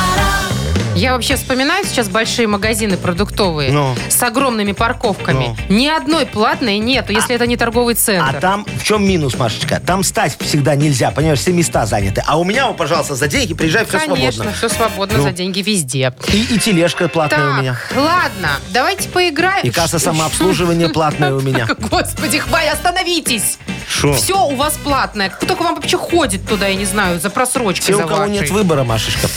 [SPEAKER 2] Я вообще вспоминаю сейчас большие магазины продуктовые
[SPEAKER 3] Ну.
[SPEAKER 2] с огромными парковками. Ни одной платной нету, если это не торговый
[SPEAKER 3] А
[SPEAKER 2] центр.
[SPEAKER 3] там в чем минус, Машечка? Там стать всегда нельзя, понимаешь, все места заняты. А у меня, вот, пожалуйста, за деньги приезжай, все
[SPEAKER 2] Конечно,
[SPEAKER 3] свободно.
[SPEAKER 2] все свободно
[SPEAKER 3] Ну.
[SPEAKER 2] за деньги везде.
[SPEAKER 3] И, и тележка платная
[SPEAKER 2] Так,
[SPEAKER 3] у меня.
[SPEAKER 2] ладно, давайте поиграем.
[SPEAKER 3] И касса самообслуживания платная у меня.
[SPEAKER 2] *laughs* Господи, хватит, остановитесь!
[SPEAKER 3] Шо?
[SPEAKER 2] Все у вас платное. Кто только вам вообще ходит туда, я не знаю, за просрочкой
[SPEAKER 3] Те,
[SPEAKER 2] за
[SPEAKER 3] у кого
[SPEAKER 2] вашей.
[SPEAKER 3] нет выбора, Машечка.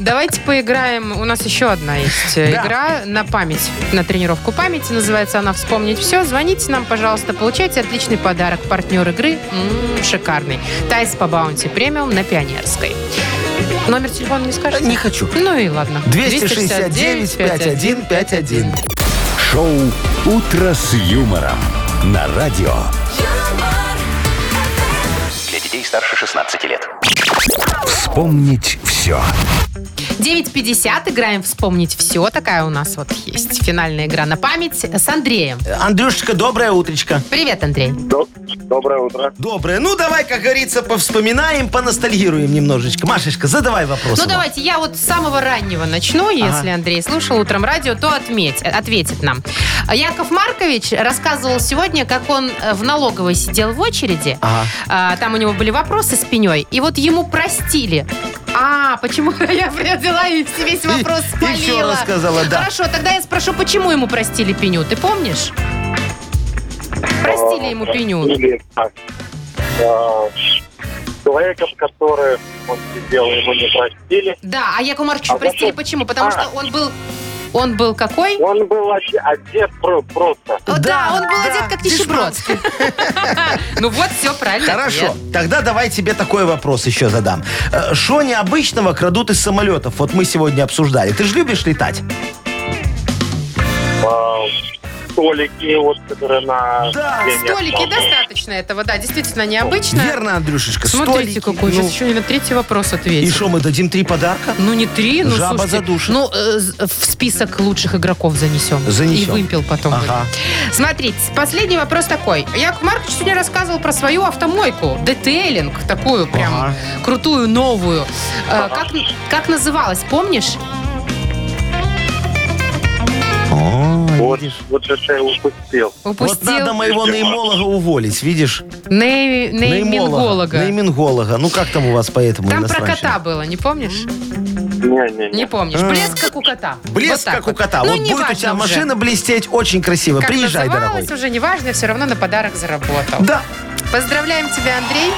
[SPEAKER 2] Давайте поиграем. У нас еще одна есть э,
[SPEAKER 3] Да.
[SPEAKER 2] игра на память, на тренировку памяти. Называется она «Вспомнить все». Звоните нам, пожалуйста, получайте отличный подарок. Партнер игры м, шикарный. Тайс по баунти премиум на Пионерской. Номер телефона не скажете?
[SPEAKER 3] Не хочу.
[SPEAKER 2] Ну и ладно.
[SPEAKER 3] 269-5151.
[SPEAKER 1] Шоу «Утро с юмором» на радио.
[SPEAKER 6] Для детей старше 16 лет.
[SPEAKER 1] Вспомнить все.
[SPEAKER 2] 9.50. Играем «Вспомнить все». Такая у нас вот есть финальная игра на память с Андреем.
[SPEAKER 3] Андрюшечка, доброе утречко.
[SPEAKER 2] Привет, Андрей.
[SPEAKER 4] Доброе утро.
[SPEAKER 3] Доброе. Ну, давай, как говорится, повспоминаем, поностальгируем немножечко. Машечка, задавай вопрос.
[SPEAKER 2] Ну
[SPEAKER 3] ему.
[SPEAKER 2] давайте, я вот с самого раннего начну. Если Андрей слушал утром радио, то отметь, ответит нам. Яков Маркович рассказывал сегодня, как он э, в налоговой сидел в очереди.
[SPEAKER 3] Ага.
[SPEAKER 2] А, Там у него были вопросы с пеней. И вот ему простили. А, почему *laughs* я родила и весь вопрос
[SPEAKER 3] И-
[SPEAKER 2] спалила.
[SPEAKER 3] еще рассказала, да.
[SPEAKER 2] Хорошо, тогда я спрошу, почему ему простили пеню, ты помнишь? Простили ему пеню.
[SPEAKER 4] Или, а, а, человека, в который он сидел, его не простили.
[SPEAKER 2] Да, а Якову Марковичу
[SPEAKER 4] А
[SPEAKER 2] простили
[SPEAKER 4] зачем?
[SPEAKER 2] почему? Потому
[SPEAKER 4] А.
[SPEAKER 2] что он был... Он был какой?
[SPEAKER 4] Он был оде- одет про- просто.
[SPEAKER 2] О, Да,
[SPEAKER 3] Да,
[SPEAKER 2] он был
[SPEAKER 3] да,
[SPEAKER 2] одет как нищеброд. *laughs* Ну вот, все правильно.
[SPEAKER 3] Хорошо,
[SPEAKER 2] ответ.
[SPEAKER 3] тогда давай тебе такой вопрос еще задам. Что необычного крадут из самолетов? Вот мы сегодня обсуждали. Ты же любишь летать?
[SPEAKER 4] А, столики, вот, которые на...
[SPEAKER 3] Да,
[SPEAKER 4] сиденье
[SPEAKER 2] Столики
[SPEAKER 4] осталось.
[SPEAKER 2] достаточно этого, да, действительно необычно.
[SPEAKER 3] Верно, Андрюшечка.
[SPEAKER 2] Смотрите,
[SPEAKER 3] столики,
[SPEAKER 2] какой.
[SPEAKER 3] ну.
[SPEAKER 2] Сейчас еще и на третий вопрос
[SPEAKER 3] И
[SPEAKER 2] ответил.
[SPEAKER 3] что, мы дадим три подарка?
[SPEAKER 2] Ну не три, ну
[SPEAKER 3] Жаба
[SPEAKER 2] слушайте,
[SPEAKER 3] задушит.
[SPEAKER 2] Ну э, з- в список лучших игроков занесем.
[SPEAKER 3] Занесем.
[SPEAKER 2] И вымпел потом.
[SPEAKER 3] Ага.
[SPEAKER 2] будет. Смотрите, последний вопрос такой. Яков Маркович сегодня рассказывал про свою автомойку. Детейлинг, такую прям
[SPEAKER 3] Ага.
[SPEAKER 2] крутую, новую. Э, Как, как называлась, помнишь?
[SPEAKER 4] Вот, вот это я упустил.
[SPEAKER 2] Упустил.
[SPEAKER 3] Вот надо моего неймолога уволить, видишь?
[SPEAKER 2] Ней-
[SPEAKER 3] Неймолога.
[SPEAKER 2] Нейминголога.
[SPEAKER 3] Нейминголога. Ну как там у вас поэтому?
[SPEAKER 2] Там про кота было, не помнишь?
[SPEAKER 4] Не-не-не.
[SPEAKER 2] Не помнишь. Блеск, как у кота.
[SPEAKER 3] А. Блеск,
[SPEAKER 2] Вот так
[SPEAKER 3] как у кота.
[SPEAKER 2] Ну,
[SPEAKER 3] вот будет
[SPEAKER 2] неважно
[SPEAKER 3] у тебя
[SPEAKER 2] уже.
[SPEAKER 3] машина блестеть, очень красиво.
[SPEAKER 2] Как
[SPEAKER 3] Приезжай,
[SPEAKER 2] называлась,
[SPEAKER 3] дорогой.
[SPEAKER 2] уже неважно, все равно на подарок заработал.
[SPEAKER 3] Да.
[SPEAKER 2] Поздравляем тебя, Андрей.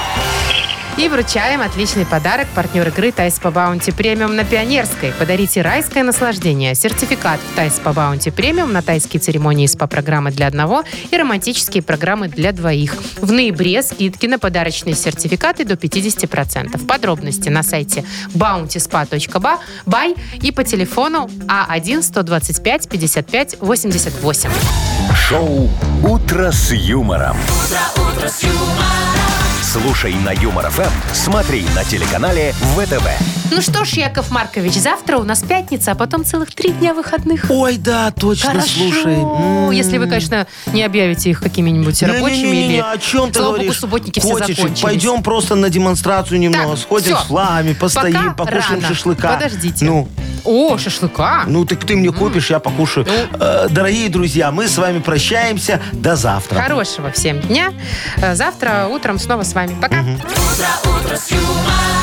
[SPEAKER 2] И вручаем отличный подарок партнер игры «Тайс по баунти премиум» на Пионерской. Подарите райское наслаждение. Сертификат в «Тайс по баунти премиум» на тайские церемонии СПА-программы для одного и романтические программы для двоих. В ноябре скидки на подарочные сертификаты до 50%. Подробности на сайте bountyspa.by а и по телефону а А1-125-55-88.
[SPEAKER 1] Шоу «Утро с юмором». Слушай на Юмор ФМ, смотри на телеканале ВТВ.
[SPEAKER 2] Ну что ж, Яков Маркович, завтра у нас пятница, а потом целых три дня выходных.
[SPEAKER 3] Ой, да, точно, слушай. М.
[SPEAKER 2] Если вы, конечно, не объявите их какими-нибудь рабочими
[SPEAKER 3] Не-не-не-не,
[SPEAKER 2] или...
[SPEAKER 3] о чем ты
[SPEAKER 2] Слава
[SPEAKER 3] говоришь?
[SPEAKER 2] богу, субботники все
[SPEAKER 3] Котичек,
[SPEAKER 2] закончились.
[SPEAKER 3] пойдем просто на демонстрацию немного.
[SPEAKER 2] Так,
[SPEAKER 3] Сходим
[SPEAKER 2] всё.
[SPEAKER 3] с флами, постоим,
[SPEAKER 2] Пока
[SPEAKER 3] покушаем
[SPEAKER 2] рано.
[SPEAKER 3] шашлыка.
[SPEAKER 2] Подождите.
[SPEAKER 3] Ну,
[SPEAKER 2] О, шашлыка!
[SPEAKER 3] ну так ты мне купишь, я покушаю.
[SPEAKER 2] Ну.
[SPEAKER 3] Э, дорогие друзья, мы с вами прощаемся. До завтра.
[SPEAKER 2] Хорошего всем дня. Э, Завтра утром снова с вами. Пока.
[SPEAKER 8] Утро, утро с юмором.